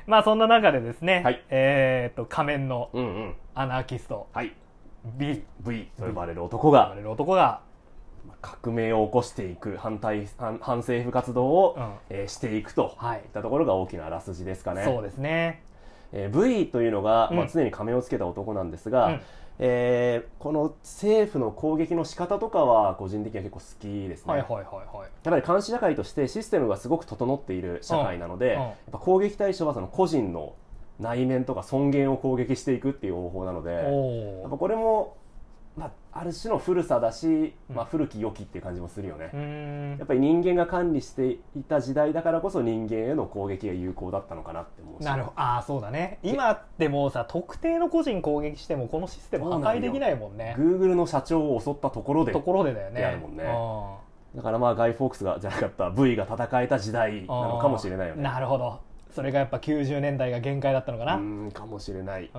A: まあそんな中でですね、
B: はい
A: えーっと、仮面の
B: うんうん
A: アナーキスト
B: はい
A: B
B: V と呼ばれる男
A: と呼ば
B: が
A: れる男が、
B: 革命を起こしていく反対反反政府活動を、
A: うん
B: えーしていくと
A: はい
B: いっ。たところが大きなあらすじですかね
A: そうですね。
B: えー V というのが、ま
A: う
B: あ、
A: ん
B: 常に仮面をつけた男なんです
A: う
B: が、
A: ん。
B: えーこの政府の攻撃の仕方とかは個人的には結構好きですね、
A: はいはいはいはい。
B: やはり監視社会としてシステムがすごく整っている社会なので、
A: うんうん
B: やっぱ攻撃対象はその個人の内面とか尊厳を攻撃していくっていう方法なのでや
A: お
B: っ
A: ー
B: ぱこれも、まあ、ある種の古さだし、
A: うん
B: まあ、古き良きっていう感じもするよね、
A: うーん
B: やっぱり人間が管理していた時代だからこそ人間への攻撃が有効だったのかなって思うし
A: なるほどああそうだね今ってもうさ特定の個人攻撃してもこのシステム破壊できないもんね
B: Google の社長を襲ったところで
A: ところでだよね。
B: であるもんね
A: あ
B: だからまあガイ・フォークスがじゃなかった V が戦えた時代な
A: ー
B: のかもしれないよね
A: なるほど。それがやっぱ90年代が限界だったのかな、
B: う
A: うん
B: んかもしれない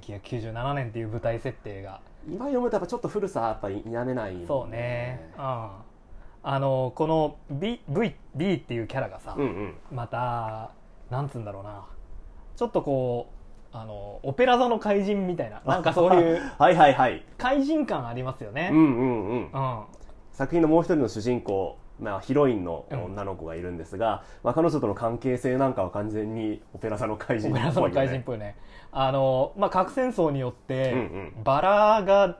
A: 1997年っていう舞台設定が
B: 今読むとやっぱちょっと古さはやっぱり否めないよね
A: そうね、うん、あのこの B, v B っていうキャラがさ、
B: うんうん
A: またなんつうんだろうなちょっとこうあのオペラ座の怪人みたいななんかそういう
B: (laughs) はいはいはい
A: 怪人感ありますよね
B: う、んうんうん
A: うん
B: 作品のもう一人の主人公、まあ、ヒロインの女の子がいるんですが、まあ、彼女との関係性なんかは完全にオペラ座の怪人
A: オペラ
B: っ
A: 座
B: ぽ
A: の
B: いよ
A: 怪人っ
B: ね。
A: ぽいねあの、まあ、核戦争によって、
B: うんうん
A: バラが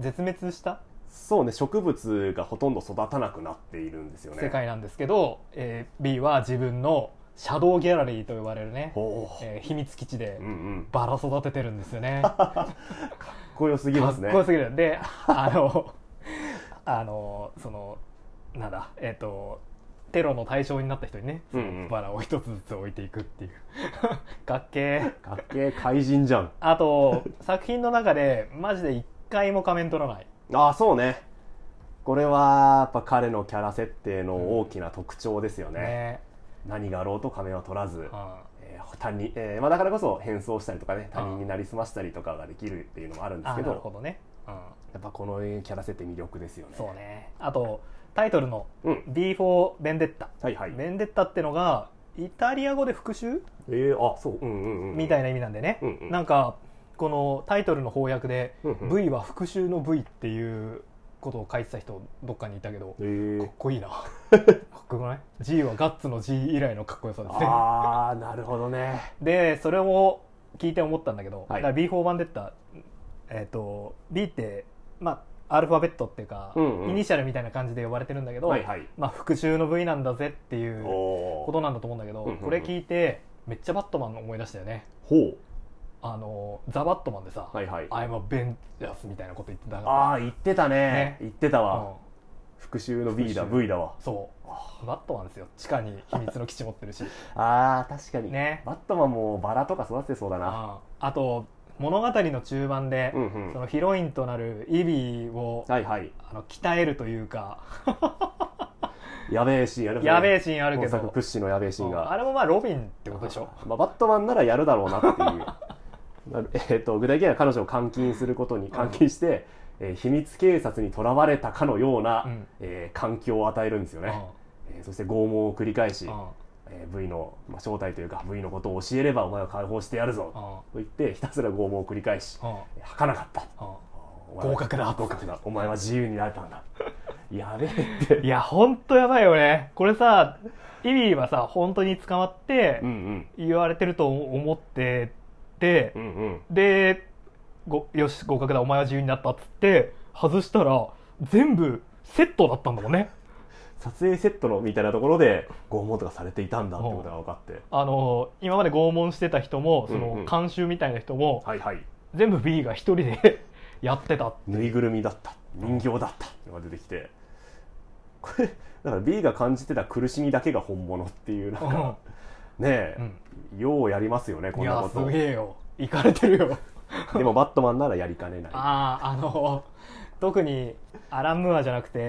A: 絶滅した
B: そうね植物がほとんど育たなくなっているんですよね。
A: 世界なんですけど、えー B は自分のシャドウギャラリーと呼ばれるね、
B: ほう
A: えー秘密基地で
B: うんうん、
A: バラ育ててるんですよ
B: (laughs)
A: ね。
B: かっこよすぎます
A: か
B: ね
A: っこよすぎるであのあのそのなんだえっ、とテロの対象になった人にね、その
B: うんうん
A: バラを一つずつ置いていくっていう (laughs) かっけー
B: かっけえ怪人じゃん
A: あと作品の中でマジで一回も仮面取らない
B: ああそうねこれはやっぱ彼のキャラ設定の大きな特徴ですよね、
A: ね
B: 何があろうと仮面は取らず、
A: うん
B: えー他人えーまあ、だからこそ変装したりとかね他人になりすましたりとかができるっていうのもあるんです
A: あ
B: け
A: な
B: ど
A: るほどね、うん、
B: やっぱこのキャラ設定魅力ですよね
A: そうねあとタイトルの
B: うん
A: 「B4 ベンデッタ」
B: はいはい
A: ベンデッタってのがイタリア語で復讐
B: えー、あそううんうんうん
A: みたい
B: な
A: な意味なんでね、
B: うんうん
A: なんかこのタイトルの翻訳で
B: うん
A: 「
B: うん
A: V は復讐の V」っていうことを書いてた人どっかにいたけど
B: え
A: か
B: ー
A: (laughs) っ、こ
B: (laughs)
A: いいなかっこよくない G はガッツの G 以来のかっこよさですね
B: あ (laughs) あなるほどね
A: でそれを聞いて思ったんだけど、
B: は
A: だ
B: い
A: から B4 版でったえっ、と B ってまあアルファベットっていうか、
B: うんうん
A: イニシャルみたいな感じで呼ばれてるんだけど、
B: はいはい
A: まあ復讐の V なんだぜっていう
B: お
A: こ
B: お
A: となんだと思うんだけど、
B: うんうんうん
A: これ聞いてめっちゃバットマンの思い出したよね
B: ほ
A: あのザ・バットマンでさ
B: うはいはい
A: 「アイマ・ベンジャス」みたいなこと言ってたか
B: ああ言ってたね
A: ね
B: 言ってた
A: ら、
B: わ、復讐の B だ
A: 復讐
B: V だわ
A: うんそうバットマンですよ地下に秘密の基地持ってる
B: (laughs)
A: し
B: あー確かに
A: ね
B: バットマンもバラとか育ててそうだな
A: ああと物語の中盤で、
B: うんうん
A: そのヒロインとなるイビーを
B: はいはい
A: あの鍛えるというか
B: やべえシーンやる
A: やべ
B: え
A: えシーンあるけど
B: 本作屈指のやべえシーン
A: うん
B: が
A: あれもまあロビンってことでしょ
B: まあ、バットマンならやるだろうな (laughs) っていうなる、えっと具体的には彼女を監禁することに監禁して、えー秘密警察にとらわれたかのような、
A: うん
B: えー環境を与えるんですよね、えーそして拷問を繰り返し、
A: うんうん
B: えー V の、まあ、正体というか V のことを教えればお前を解放してやるぞ、
A: う
B: と
A: ん
B: 言ってひたすら拷問を繰り返し、
A: うん
B: 儚かった
A: うん
B: お前は
A: 合格だ
B: 合格だお前は自由になれたんだ (laughs) やべえって
A: いや、ほんとやばいよね。これさ、イビーはさ、本当に捕まって
B: う、ん
A: 言われてると思ってて
B: うんう、んうん
A: で、ごよし、合格だ、お前は自由になったっつって、外したら、全部セットだったんだもんね。
B: 撮影セットのみたいなところで拷問とかされていたんだってことが分かって
A: あの、今まで拷問してた人も、そ
B: うんう
A: の
B: ん、
A: 監修みたいな人も、
B: はいはい
A: 全部 B が一人で (laughs) やってた。
B: ぬいぐるみだった人形だったのが出てきてこれだから B が感じてた苦しみだけが本物っていうなんかね
A: う
B: え、
A: ん
B: ようやりますよね
A: い
B: こんな
A: や
B: こ、
A: す
B: と
A: げえよ。いかれてるよ。
B: でもバットマンならやりかねない
A: あああの特にアラン・ムーアじゃなくて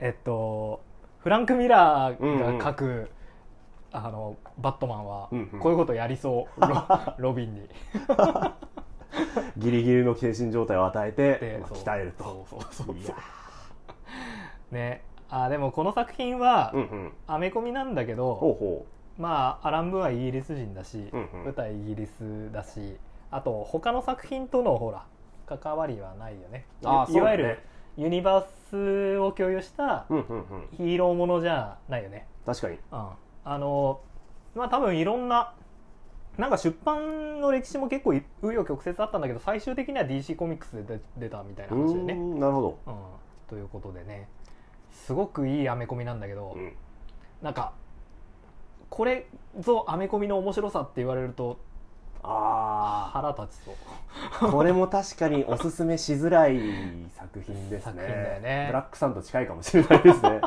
A: えっとフランク・ミラーが書く、あのバットマンは
B: うんうん
A: こういうことやりそう、
B: (laughs)
A: ロロビンに
B: ギリギリの精神状態を与えて
A: で
B: まあ
A: そう
B: 鍛えると
A: そうそうそう
B: いや
A: ねあーでもこの作品は
B: うんうん
A: アメコミなんだけ
B: ほ
A: ど、
B: うほ
A: まあアラン・ムーアイギリス人だし、
B: うんうん
A: 舞台イギリスだしあと他の作品とのほら関わりはないよね
B: うああ
A: いいわゆ
B: そう
A: るユニバースを共有した
B: だねうんうんうん
A: ヒーローものじゃないよね。
B: 確かに
A: うん、あのまあ多分いろんななんか出版の歴史も結構紆余曲折あったんだけど最終的には DC コミックスで出出たみたいうな話で
B: ー
A: ね。
B: んなるほ
A: う
B: ど
A: ん、ということでねすごくいいアメコミなんだけど、
B: うん
A: なんかこれぞアメコミの面白さって言われると
B: あ
A: 腹立ちそう。
B: あこれも確かにおすすめしづらい作品ですね
A: 作品だよね
B: ブラックさんと近いかもしれないで
A: (laughs)
B: すね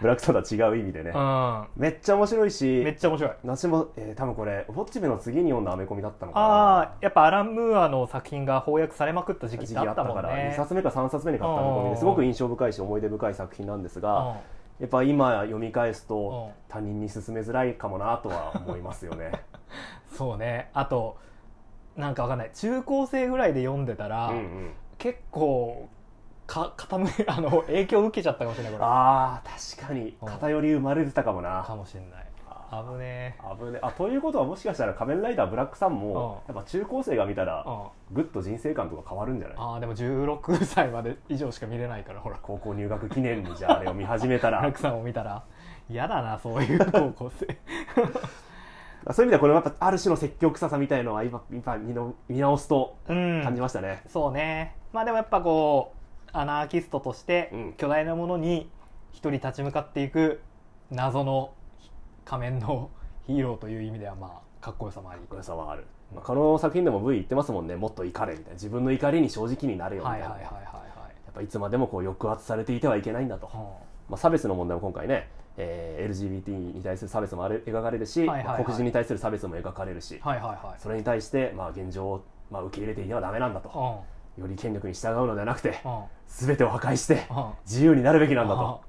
B: ブラックさんとは違う意味でね、
A: う
B: めっちゃ面白いし
A: ん、めっちゃ面白い。
B: 私も、えー多分これ「ウォッチメ」の次に読んだアメコミだったのかな
A: ああやっぱアラン・ムーアの作品が翻訳されまくった時期っ
B: 時
A: て
B: 期あ
A: あ
B: っ
A: ったた
B: か
A: もん
B: ら、2
A: ね。
B: 冊目か3冊目に買ったアメコミですごく印象深いし思い出深い作品なんですが、やっぱ今読み返すと
A: う
B: 他人に勧めづらいかもなとは思いま
A: (laughs)
B: すよね
A: んそうねあとなんかわかんない中高生ぐらいで読んでたら、
B: うんうん
A: 結構か傾い (laughs) あの影響を受けちゃったかもしれないこれ
B: あー確かに偏り生まれてたかも
A: か
B: な
A: もしれない危ねえ
B: 危ねあということはもしかしたら「仮面ライダーブラックさん」も
A: う
B: やっぱ中高生が見たら
A: あ
B: ぐっと人生観とか変わるんじゃない
A: あーでも16歳まで以上しか見れないからほら
B: 高校入学記念にじゃああれを見始めた
A: (laughs) ラ
B: ら
A: クさんを見たら嫌だなそういう高校
B: (laughs)
A: 生
B: そういう意味ではこれはやっぱある種の説教臭さみたいのは今今見の見直すと
A: う
B: 感
A: ん
B: じましたね、
A: そうねまあでもやっぱこうアナーキストとして
B: うん
A: 巨大なものに一人立ち向かっていく謎の仮面のヒーローという意味ではまあかっこよさもあり
B: これさはある、まあ、この作品でも V 言ってますもんねもっと怒れみたいな自分の怒りに正直になれよみ
A: は
B: たい
A: い
B: な、
A: はいはいはい
B: や
A: はい
B: っぱいつまでもこう抑圧されていてはいけないんだと、
A: は
B: まあ、差別の問題も今回ね、えー LGBT に対する差別もあれ描かれるし、
A: はいはいはい
B: まあ黒人に対する差別も描かれるし、
A: あはいはいはい
B: それに対してまあ現状をまあ受け入れていてはダメなんだと、
A: う
B: より権力に従うのではなくて
A: んうん
B: 全てを破壊して
A: うん
B: 自由になるべきなんだ
A: あ
B: と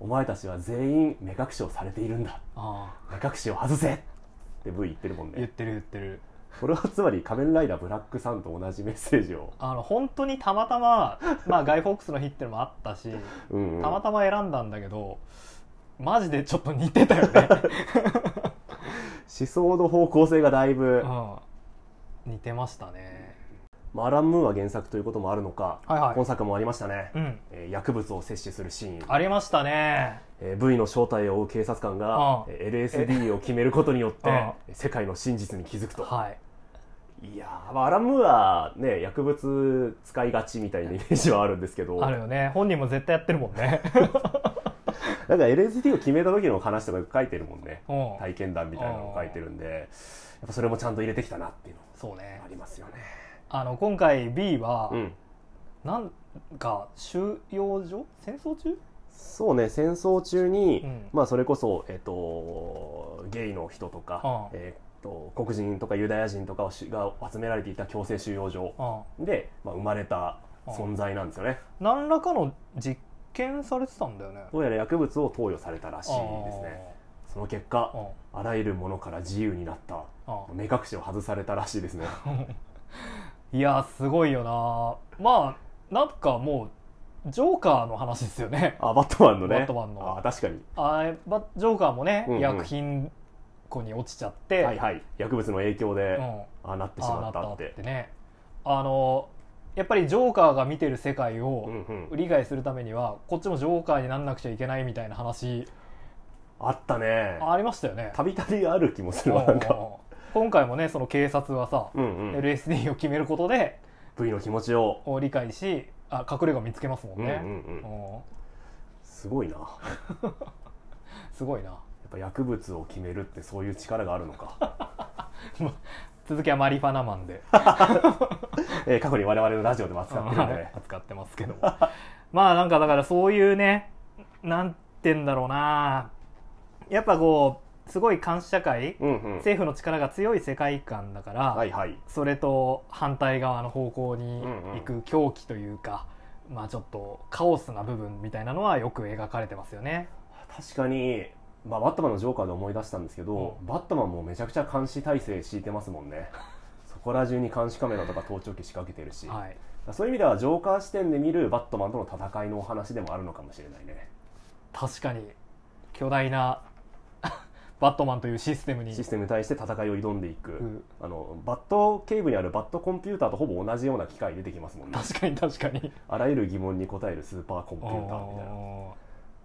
B: お前たちは全員目隠しをされているんだ
A: あ
B: 目隠しを外せって V 言ってるもん
A: 言っ
B: ね
A: てる言ってる
B: これはつまり「仮面ライダーブラックさん」と同じメッセージを、
A: あの本当にたまたま、まあ、ガイ・フォックスの日ってのもあったし
B: うんうん
A: たまたま選んだんだけどマジでちょっと似てたよ
B: (laughs)
A: ね、
B: 思想の方向性がだいぶ、
A: うん、似てましたね
B: まあ、アラン・ムーンは原作ということもあるのか、
A: はいはい
B: 今作もありましたね、
A: うん
B: えー薬物を摂取するシーン、
A: ありましたね
B: えー V の正体を追う警察官が
A: ああ
B: えー LSD を決めることによって
A: あ
B: 世界の真実に気づくと
A: はい
B: いやー、まあ、アラン・ムーンは、ね、薬物使いがちみたいなイメージはあるんですけど
A: あるよね本人も絶対やってるもん
B: (laughs)
A: ね
B: なんか LSD を決めた時の話とか書いてるもんね
A: うん
B: 体験談みたいなのを書いてるんでやっぱそれもちゃんと入れてきたなっていうの
A: そうね
B: がありますよね
A: あの今回 B は、
B: うん
A: なんか収容所戦争中
B: そうね戦争中に、
A: うん
B: まあそれこそ、えっとゲイの人とか、
A: うん
B: えっと黒人とかユダヤ人とかをしが集められていた強制収容所
A: うん
B: で、まあ、生まれた存在なんですよね、
A: 何らかの実験されてたんだよね
B: どうやら薬物を投与されたらしいですねその結果
A: あー
B: あらゆるものから自由になった
A: うんうん
B: 目隠しを外されたらしいですね
A: いやすごいよなまあなんかもうジョーカーの話ですよね (laughs)
B: (laughs) あバットマンのね
A: バットマンの
B: あ確かに
A: あればジョーカーもね、
B: うんうん
A: 薬品庫に落ちちゃって、
B: はいはい薬物の影響で、
A: うん、
B: あ
A: あ
B: あなってし
A: あ
B: ま
A: な
B: っ
A: った
B: たっ
A: って
B: て
A: ってねあのやっぱりジョーカーが見てる世界
B: う
A: を
B: んうん、
A: 理解するためにはこっちもジョーカーになんなくちゃいけないみたいな話
B: あったね
A: ありましたよね。
B: たびたびある気もす
A: うん
B: る
A: う
B: わなん
A: うん
B: んか
A: 今回もねその警察はさ、
B: うんうん
A: LSD を決めることで
B: V の気持ちを、
A: を理解しあ隠れ家を見つけますもん
B: うんうん
A: ね、
B: うん
A: うん
B: すごいなやっ
A: すごいな
B: ぱ薬物を決めるってそういう力があるのか、 (laughs)
A: 続きはマリファナマンで
B: えー過去に我々のラジオでも扱ってるんでね
A: 扱ってますけども (laughs) まあなんかだからそういうねなんてんだろうなやっぱこうすごい監視社会、
B: うんうん
A: 政府の力が強い世界観だから、
B: はいはい
A: それと反対側の方向に
B: うんうん
A: 行く狂気というか、まあちょっとカオスな部分みたいなのはよく描かれてますよね。
B: 確かにまあ、バットマンのジョーカーで思い出したんですけど、
A: う
B: バットマンもめちゃくちゃ監視体制敷いてますもんね (laughs) そこら中に監視カメラとか盗聴器仕掛けてるし、
A: はい、
B: そういう意味ではジョーカー視点で見るバットマンとの戦いのお話でもあるのかもしれないね
A: 確かに巨大な (laughs) バットマンというシステムに
B: システムに対して戦いを挑んでいく、
A: うん
B: あのバット警部にあるバットコンピューターとほぼ同じような機械出てきますもんね
A: 確かに確かに。
B: あらゆる疑問に答えるスーパーコンピューターみたいな
A: お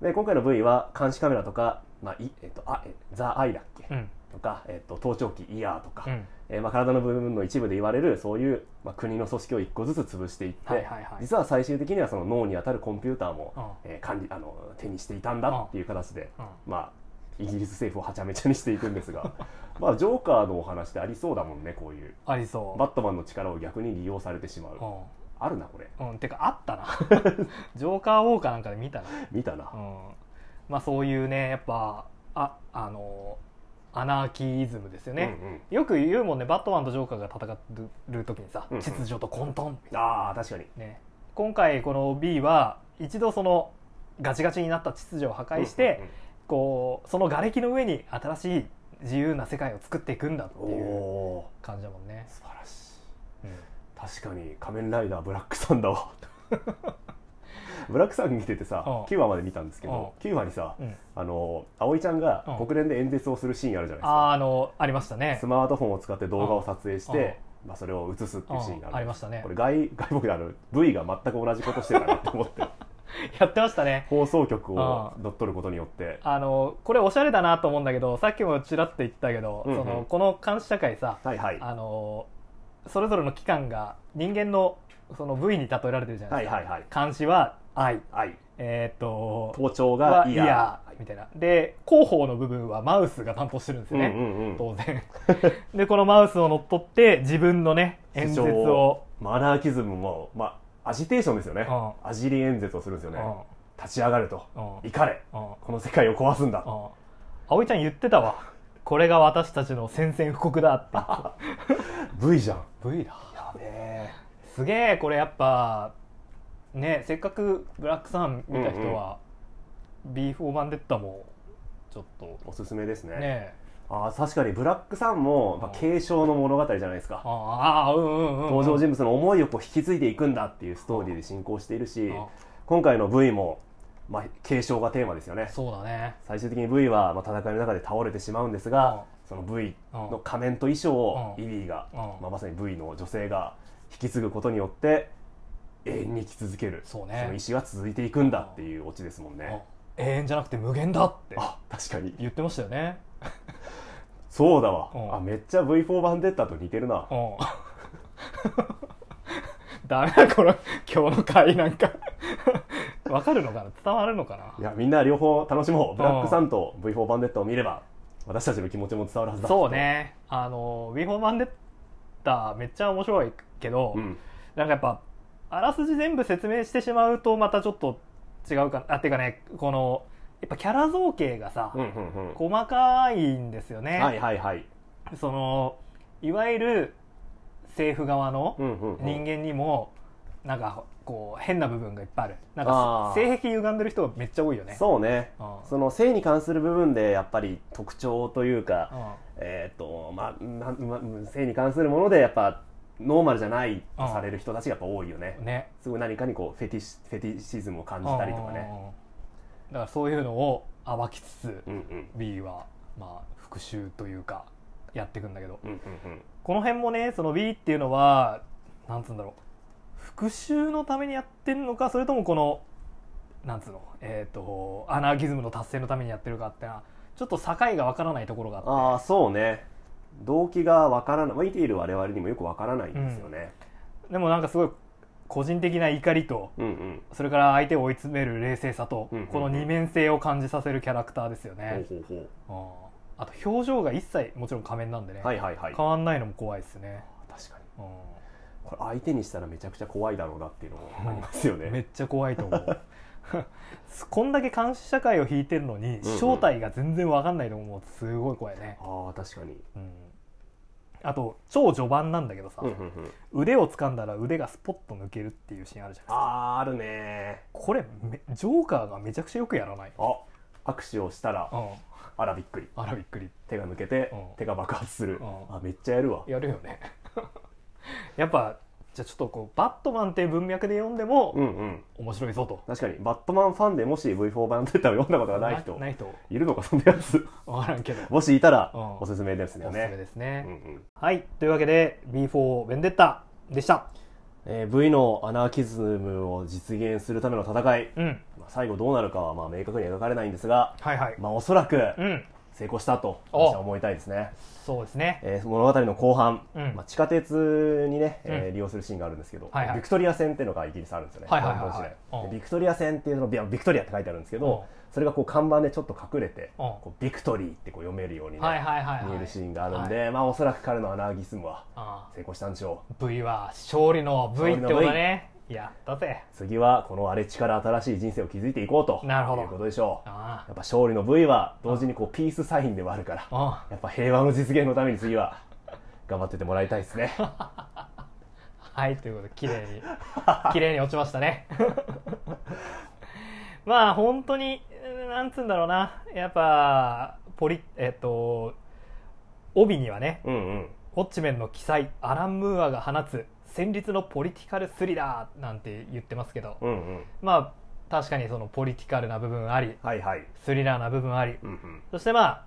B: で今回の V は監視カメラとか、まあいえっと、あえザ・アイだっけ、
A: ーうん
B: とか、えっと、盗聴器イヤーとか、
A: うん
B: えーまあ、体の部分の一部で言われるそういう、まあ、国の組織を一個ずつ潰していって、
A: はいはいはい
B: 実は最終的にはその脳に当たるコンピューターも、
A: うん
B: えー管理あの手にしていたんだっていう形で、
A: うん
B: まあ、イギリス政府をはちゃめちゃにしていくんで
A: (laughs)
B: すがまあジョーカーのお話ってありそうだもんねこういう
A: ありそう。
B: バットマンの力を逆に利用されてしまう
A: う
B: あるなこれ
A: ん、うん、てかあったな (laughs) ジョーカーウォーカーなんかで見たな、
B: 見たな
A: う、ん、まあそういうねやっぱああのアナーキイズムですよね、
B: うんうん
A: よく言うもんねバットマンとジョーカーが戦ってる時にさ、
B: うんうん
A: 秩序と混沌みたい
B: あー確かに
A: なね今回この B は一度そのガチガチになった秩序を破壊して、こうその瓦礫の上に新しい自由な世界を作っていくんだって
B: うんうん、
A: いう
B: おー
A: 感じだもんね。
B: 素晴らし
A: う
B: い
A: ん
B: 確かに「仮面ライダーブラックサンダー
A: (laughs)
B: は」ブラックサンダー見ててさ
A: うん
B: 9話まで見たんですけど9話にさ
A: うん
B: あの葵ちゃんが
A: うん
B: 国連で演説をするシーンあるじゃないです
A: あー
B: か
A: あのありましたね
B: ス。マートフォンを使って動画を撮影して、まあ、それを映すっていうシーンがあ
A: うん
B: る
A: ありましたね
B: これ外外国である V が全く同じことしてるなと思って
A: (laughs) やってましたね。
B: 放送局を
A: う
B: 乗っ取ることによって
A: あのこれおしゃれだなと思うんだけどさっきもちらっと言ったけど、
B: うんうん
A: そのこの監視社会さ
B: はいはい
A: あのそれぞれの機関が人間のその部位に例えられてるじゃな
B: はい
A: で
B: い
A: すか、
B: はいはい
A: 監視は愛
B: はい
A: えーっと
B: 盗聴が
A: はイ
B: イ
A: ヤ
B: ヤ
A: ー
B: ー
A: みたいなで広報の部分はマウスが担当してるんですよね、
B: うんうんうん
A: 当然でこのマウスを乗っ取って自分のね演説を、
B: マナーキズムもまあアジテーションですよね、
A: う
B: アジリ演説をするんですよね、
A: う
B: 立ち上がると
A: んうん
B: 怒れ
A: うん
B: この世界を壊すんだ
A: うん葵ちゃん言ってたわこれが私たちの宣戦布告だって
B: (laughs) V じゃん
A: V だ
B: やべえ
A: すげえこれやっぱねせっかくブラックさん見た人は、B4 版でったもちょっと
B: おすすめですね
A: ねえ
B: あー確かにブラックさんも、まあ
A: うん
B: 継承の物語じゃないですか
A: ああうんうんうん、うん、
B: 登場人物の思いをこう引き継いでいくんだっていうストーリーで進行しているし
A: あ
B: 今回の V も、まあ、継承がテーマですよね
A: そうだね
B: 最終的に V は、まあ、戦いの中で倒れてしまうんですがその V の仮面と衣装を
A: うん
B: イリーが、
A: うん
B: まあ、まさに V の女性が引き継ぐことによって永遠に生き続ける
A: そうね
B: の意志が続いていくんだっていうオチですもん
A: あ
B: ね
A: 永遠じゃなくて無限だって
B: あ確かに
A: 言ってましたよね
B: そうだわ、
A: うん
B: あめっちゃ V4 版デッタと似てるな
A: うん (laughs) ダメだこの今日の回なんかわかるのかな伝わるのかない
B: やみんな両方楽しもうブラックさんと V4 バンデッタを見れば私たちの気持ちも伝わるはずだ
A: そうねあの「ウィフォーマンデッタ」めっちゃ面白いけど、
B: うん
A: なんかやっぱあらすじ全部説明してしまうとまたちょっと違うかなあっていうかねこのやっぱキャラ造形がさ、
B: うんうんうん
A: 細かいんですよね、
B: はいはいはい
A: そのいわゆる政府側の
B: うんうんうん
A: 人間にも、なんかこう変な部分がいっぱいあるなんか
B: あー
A: 性癖歪んでる人がめっちゃ多いよね
B: そうね
A: うん
B: その性に関する部分でやっぱり特徴というか、
A: うん
B: えーっとまあなんまあ性に関するものでやっぱノーマルじゃないとされる人たちがやっぱ多いよね、
A: ね
B: すごい何かにこうフェティシフェティシズムを感じたりとか
A: うんう
B: ね
A: んうんだからそういうのを暴きつつ、
B: うんうん
A: B はまあ復讐というかやっていくんだけど
B: うんうんうん
A: この辺もねその B っていうのはなんつうんだろう復讐のためにやってるのかそれともこのなんつうのえっ、とアナーキズムの達成のためにやってるかってのはちょっと境がわからないところがあっ
B: ああそうね動機がわからない、まあ、見ている我々にもよくわからないんですよね、
A: てでもなんかすごい個人的な怒りと
B: うんうん
A: それから相手を追い詰める冷静さと、
B: うんうんうん
A: この二面性を感じさせるキャラクターですよ
B: ほ
A: ね
B: う、ほうほう
A: うんあと表情が一切もちろん仮面なんでね、
B: はいはいはい
A: 変わんないのも怖いですね、
B: 確かに
A: うん
B: これ相手にしたらめちゃくちゃ怖いだろうなっていうのもありますよ
A: め
B: ね
A: っちゃ怖いと思
B: (laughs)
A: うこんだけ監視社会を引いてるのに
B: うんうん
A: 正体が全然わかんないのももうすごい怖いね、
B: ああ確かに
A: うん、あと超序盤なんだけどさ、
B: うんうんうん
A: 腕を掴んだら腕がスポッと抜けるっていうシーンあるじゃないですか
B: あーあるね
A: これめジョーカーがめちゃくちゃよくやらない
B: あ握手をしたら
A: うん
B: あらびっくり
A: あらびっくり
B: 手が抜けて
A: うん
B: 手が爆発する
A: うん
B: あめっちゃやるわ
A: やるよね (laughs) やっぱじゃあちょっとこうバットマンっていう文脈で読んでも
B: うんうん
A: 面白いぞと、
B: 確かにバットマンファンでもし V4 版ってたら読んだことがない人
A: ない人
B: いるのかそんなやつ
A: 分からんけど、
B: もしいたら
A: うん
B: おすすめですよ
A: おすすめ
B: ね
A: ですね、
B: うんうん
A: はいというわけで B4 ベンデッタでした
B: えー V のアナーキズムを実現するための戦い
A: うん
B: まあ最後どうなるかはまあ明確に描かれないんですが
A: はいはい、
B: まあおそらく
A: うん
B: 成功したと
A: お
B: 私は思いたいですね
A: そうですね
B: えー物語の後半、
A: うん
B: まあ、地下鉄にね、えー
A: うん
B: 利用するシーンがあるんですけど、
A: はいはい
B: ビクトリア線っていうのがイギリスあるんですよね、
A: はいはいはいはい
B: ロンドン市内
A: うん
B: でビクトリア線っていうのビビクトリアって書いてあるんですけど、
A: う
B: それがこう看板でちょっと隠れて、
A: うん
B: こうビクトリーってこう読めるようにね、
A: はいはいはいはい
B: 見えるシーンがあるんで、まあ、おそらく彼のアナーギスムは
A: あ
B: 成功したんでしょう
A: あ V は勝利の V ってことだねやったぜ
B: 次はこの荒れ地から新しい人生を築いていこうと
A: なるほど
B: いうことでしょう
A: あ
B: やっぱ勝利の V は同時にこうピースサインでもあるから
A: ああ
B: やっぱ平和の実現のために次は頑張ってってもらいたいです
A: (laughs)
B: ね
A: はいということで綺麗に綺麗に落ちましたね (laughs) まあ本当にうんなんつうんだろうなやっぱポリえっと帯にはね
B: うんうん
A: ウォッチメンの奇才アラン・ムーアが放つ戦慄のポリティカルスリラーなんて言ってますけど、
B: うんうん
A: まあ確かにそのポリティカルな部分あり
B: はいはい
A: スリラーな部分あり
B: うんうん
A: そしてまあ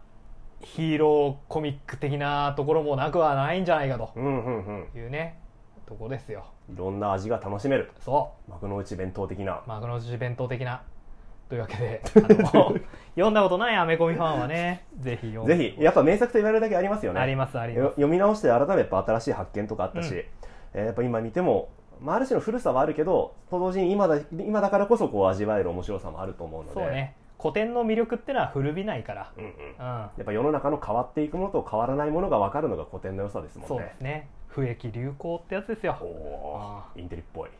A: ヒーローコミック的なところもなくはないんじゃないかと
B: うんうんう
A: い
B: ん
A: うねとこですよ
B: いろんな味が楽しめる
A: そ
B: 幕の内弁当的な
A: う幕の内弁当的なというわけ (laughs) であの読んだことないアメコミファンはね (laughs) ぜひ読んで
B: ぜひやっぱ名作と言われるだけありますよね
A: ありますあり
B: よ
A: ま
B: 読み直して改めてやっぱ新しい発見とかあったし、
A: うん
B: えーやっぱ今見ても、まあ、ある種の古さはあるけどと同時に今だ今だからこそこう味わえる面白さもあると思うの
A: す
B: で
A: そうね古典の魅力ってのは古びないから
B: うんうん、や
A: うん
B: っぱ世の中の変わっていくものと変わらないものが分かるのが古典の良さですもんね
A: そうですね不益流行ってやつですよ
B: おおーインテリっぽい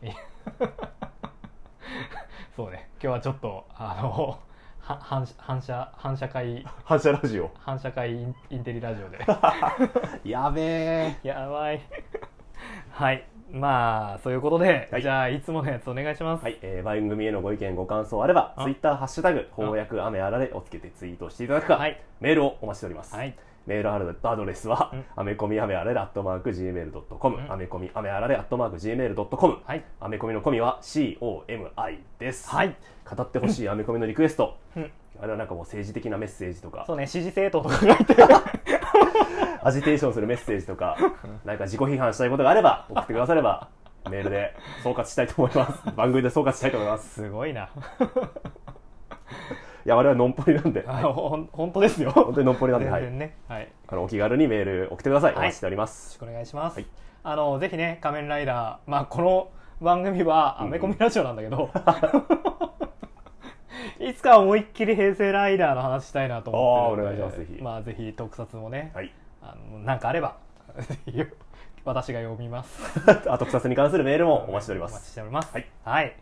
A: そうね今日はちょっとあの (laughs) は反反射反射会 (laughs)
B: 反射ラジオ
A: 反射会インインテリラジオで
B: やべえ
A: (laughs) やばいはいまあそういうことで、
B: はい
A: じゃあいつものやつお願いします、
B: はい、えー番組へのご意見ご感想あれば
A: あ
B: ツイッターハッシュタグ翻訳雨あられをつけてツイートしていただくか、
A: はい
B: メールをお待ちしております、
A: はい
B: メールアドレスは、
A: うん
B: アメコミアメアレラットマーク Gmail.com、
A: うん
B: アメコミアメアレラットマーク Gmail.com、
A: はい
B: アメコミのコミは COMI です、
A: はい
B: 語ってほしい (laughs) アメコミのリクエスト、
A: うん
B: あれはなんかもう政治的なメッセージとか
A: そうね支持政党とか書いて
B: アジテーションするメッセージとかなんか自己批判したいことがあれば送ってくださればメールで総括したいと思います番組で総括したいと思います
A: すごいな
B: いや我々はノンポリなんで
A: あの (laughs) ほん本当ですよ
B: 本当にノンポリなんで、
A: 全
B: はい、
A: 然ねはい、よ
B: あのお気軽にメール送ってください、
A: はい
B: お待ちしておりま
A: ろし
B: す
A: くお願いします、
B: はい
A: あのぜひね「仮面ライダー」まあこの番組はアメコミラジオなんだけど、 (laughs) いつか思いっきり平成ライダーの話したいなと思ってるんで
B: あーお願いしますぜひ
A: まあぜひ特撮もね、
B: はい
A: あのなんかあれば (laughs) ぜひ私が読みます
B: (laughs) あと草津に関するメールもお待ちしておりま
A: お待ち
B: す
A: しております
B: はい、
A: はい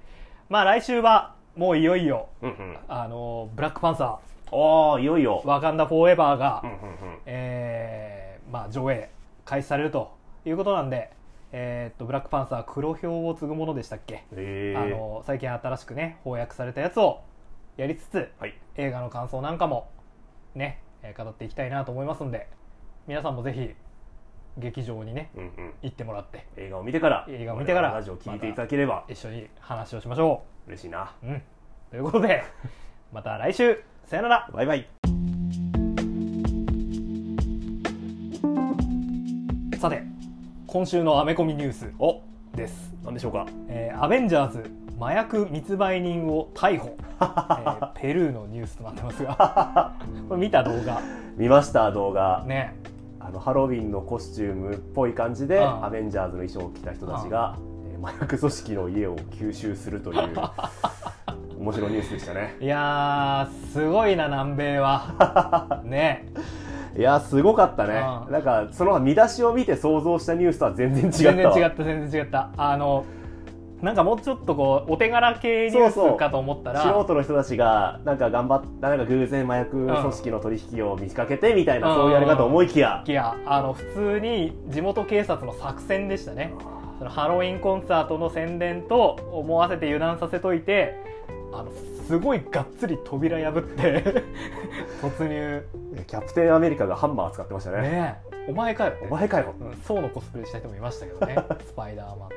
A: まあ来週はもういよいよ
B: うんうん
A: あのブラックパンサ
B: おーいよい
A: ー
B: よ、
A: ワカンダフォーエバーが、
B: うんうんうん、
A: えーまあ、上映開始されるということなんで、えーっとブラックパンサー黒ひょうを継ぐものでしたっけ、
B: えー、
A: あの最近新しくね翻訳されたやつをやりつつ
B: はい
A: 映画の感想なんかもねえー語っていきたいなと思いますんで皆さんもぜひ劇場にね
B: うんうん
A: 行ってもらって
B: 映画を見てから
A: 映画を見てから
B: 我々のラジオを聞いていただければ
A: 一緒に話をしましょ
B: 嬉しいな
A: う、うん、ということでまた来週さよなら
B: バイバイ
A: さて今週のアメコミニュース
B: お
A: です
B: なんでしょうか
A: えーアベンジャーズ麻薬密売人を逮
B: (laughs)
A: 捕、えーペルーのニュースとなってますがこれ見た動画
B: 見ました動画、
A: ね
B: あのハロウィンのコスチュームっぽい感じで、
A: うん
B: アベンジャーズの衣装を着た人たちが、えー麻薬組織の家を吸収するという (laughs) 面白いニュースでしたね
A: いやーすごいな南米は
B: (laughs)
A: ね
B: いやーすごかったね、
A: うん
B: なんかその見出しを見て想像したニュースとは全然違った
A: 全然
B: わ
A: 違った全然違ったあのなんかもうちょっとこうお手柄系ニュ
B: そうそ
A: ー
B: う
A: スかと思ったら
B: 素人の人たちがなんか頑張ったなんか偶然麻薬組織の取引を見かけてみたいな、
A: うん
B: そういうやり方思いきや、
A: いやあの普通に地元警察の作戦でしたねそのハロウィンコンサートの宣伝と思わせて油断させといてあのすごいがっつり扉破って (laughs) 突入
B: キャプテンアメリカがハンマー使ってましたね
A: ねえお前かよって
B: お前かよ
A: うん、そうのコスプレした人もいましたけど
B: (laughs)
A: ねスパイダーマン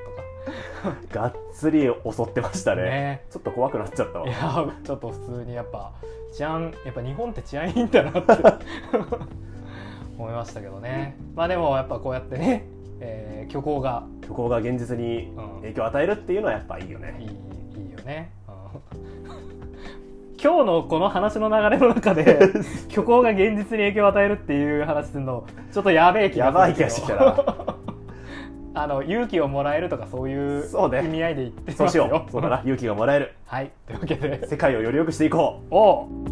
A: と
B: がっつり襲ってました
A: か
B: ね
A: ね
B: ちょっと怖くなっちゃったわ
A: いやちょっと普通にやっぱ治安やっぱ日本って治安いいんだな
B: (laughs)
A: って思いましたけどねまあでもやっぱこうやってね、えー、虚構が
B: 虚構が現実に影響を与えるっていうのはやっぱいいよ
A: い
B: ね、
A: いいいよね、うん (laughs) 今日のこの話の流れの中
B: (laughs)
A: で虚構が現実に影響を与えるっていう話するのちょっとやべえ気が
B: やばい
A: す
B: 気
A: る
B: が
A: けど
B: してきたな
A: あの勇気をもらえるとかそういう
B: そうね
A: 意味合いで言って
B: そう
A: ま
B: し
A: す
B: ようそうだな
A: よ
B: 勇気がもらえる
A: はいというわけで
B: 世界をより良くしていこう
A: おう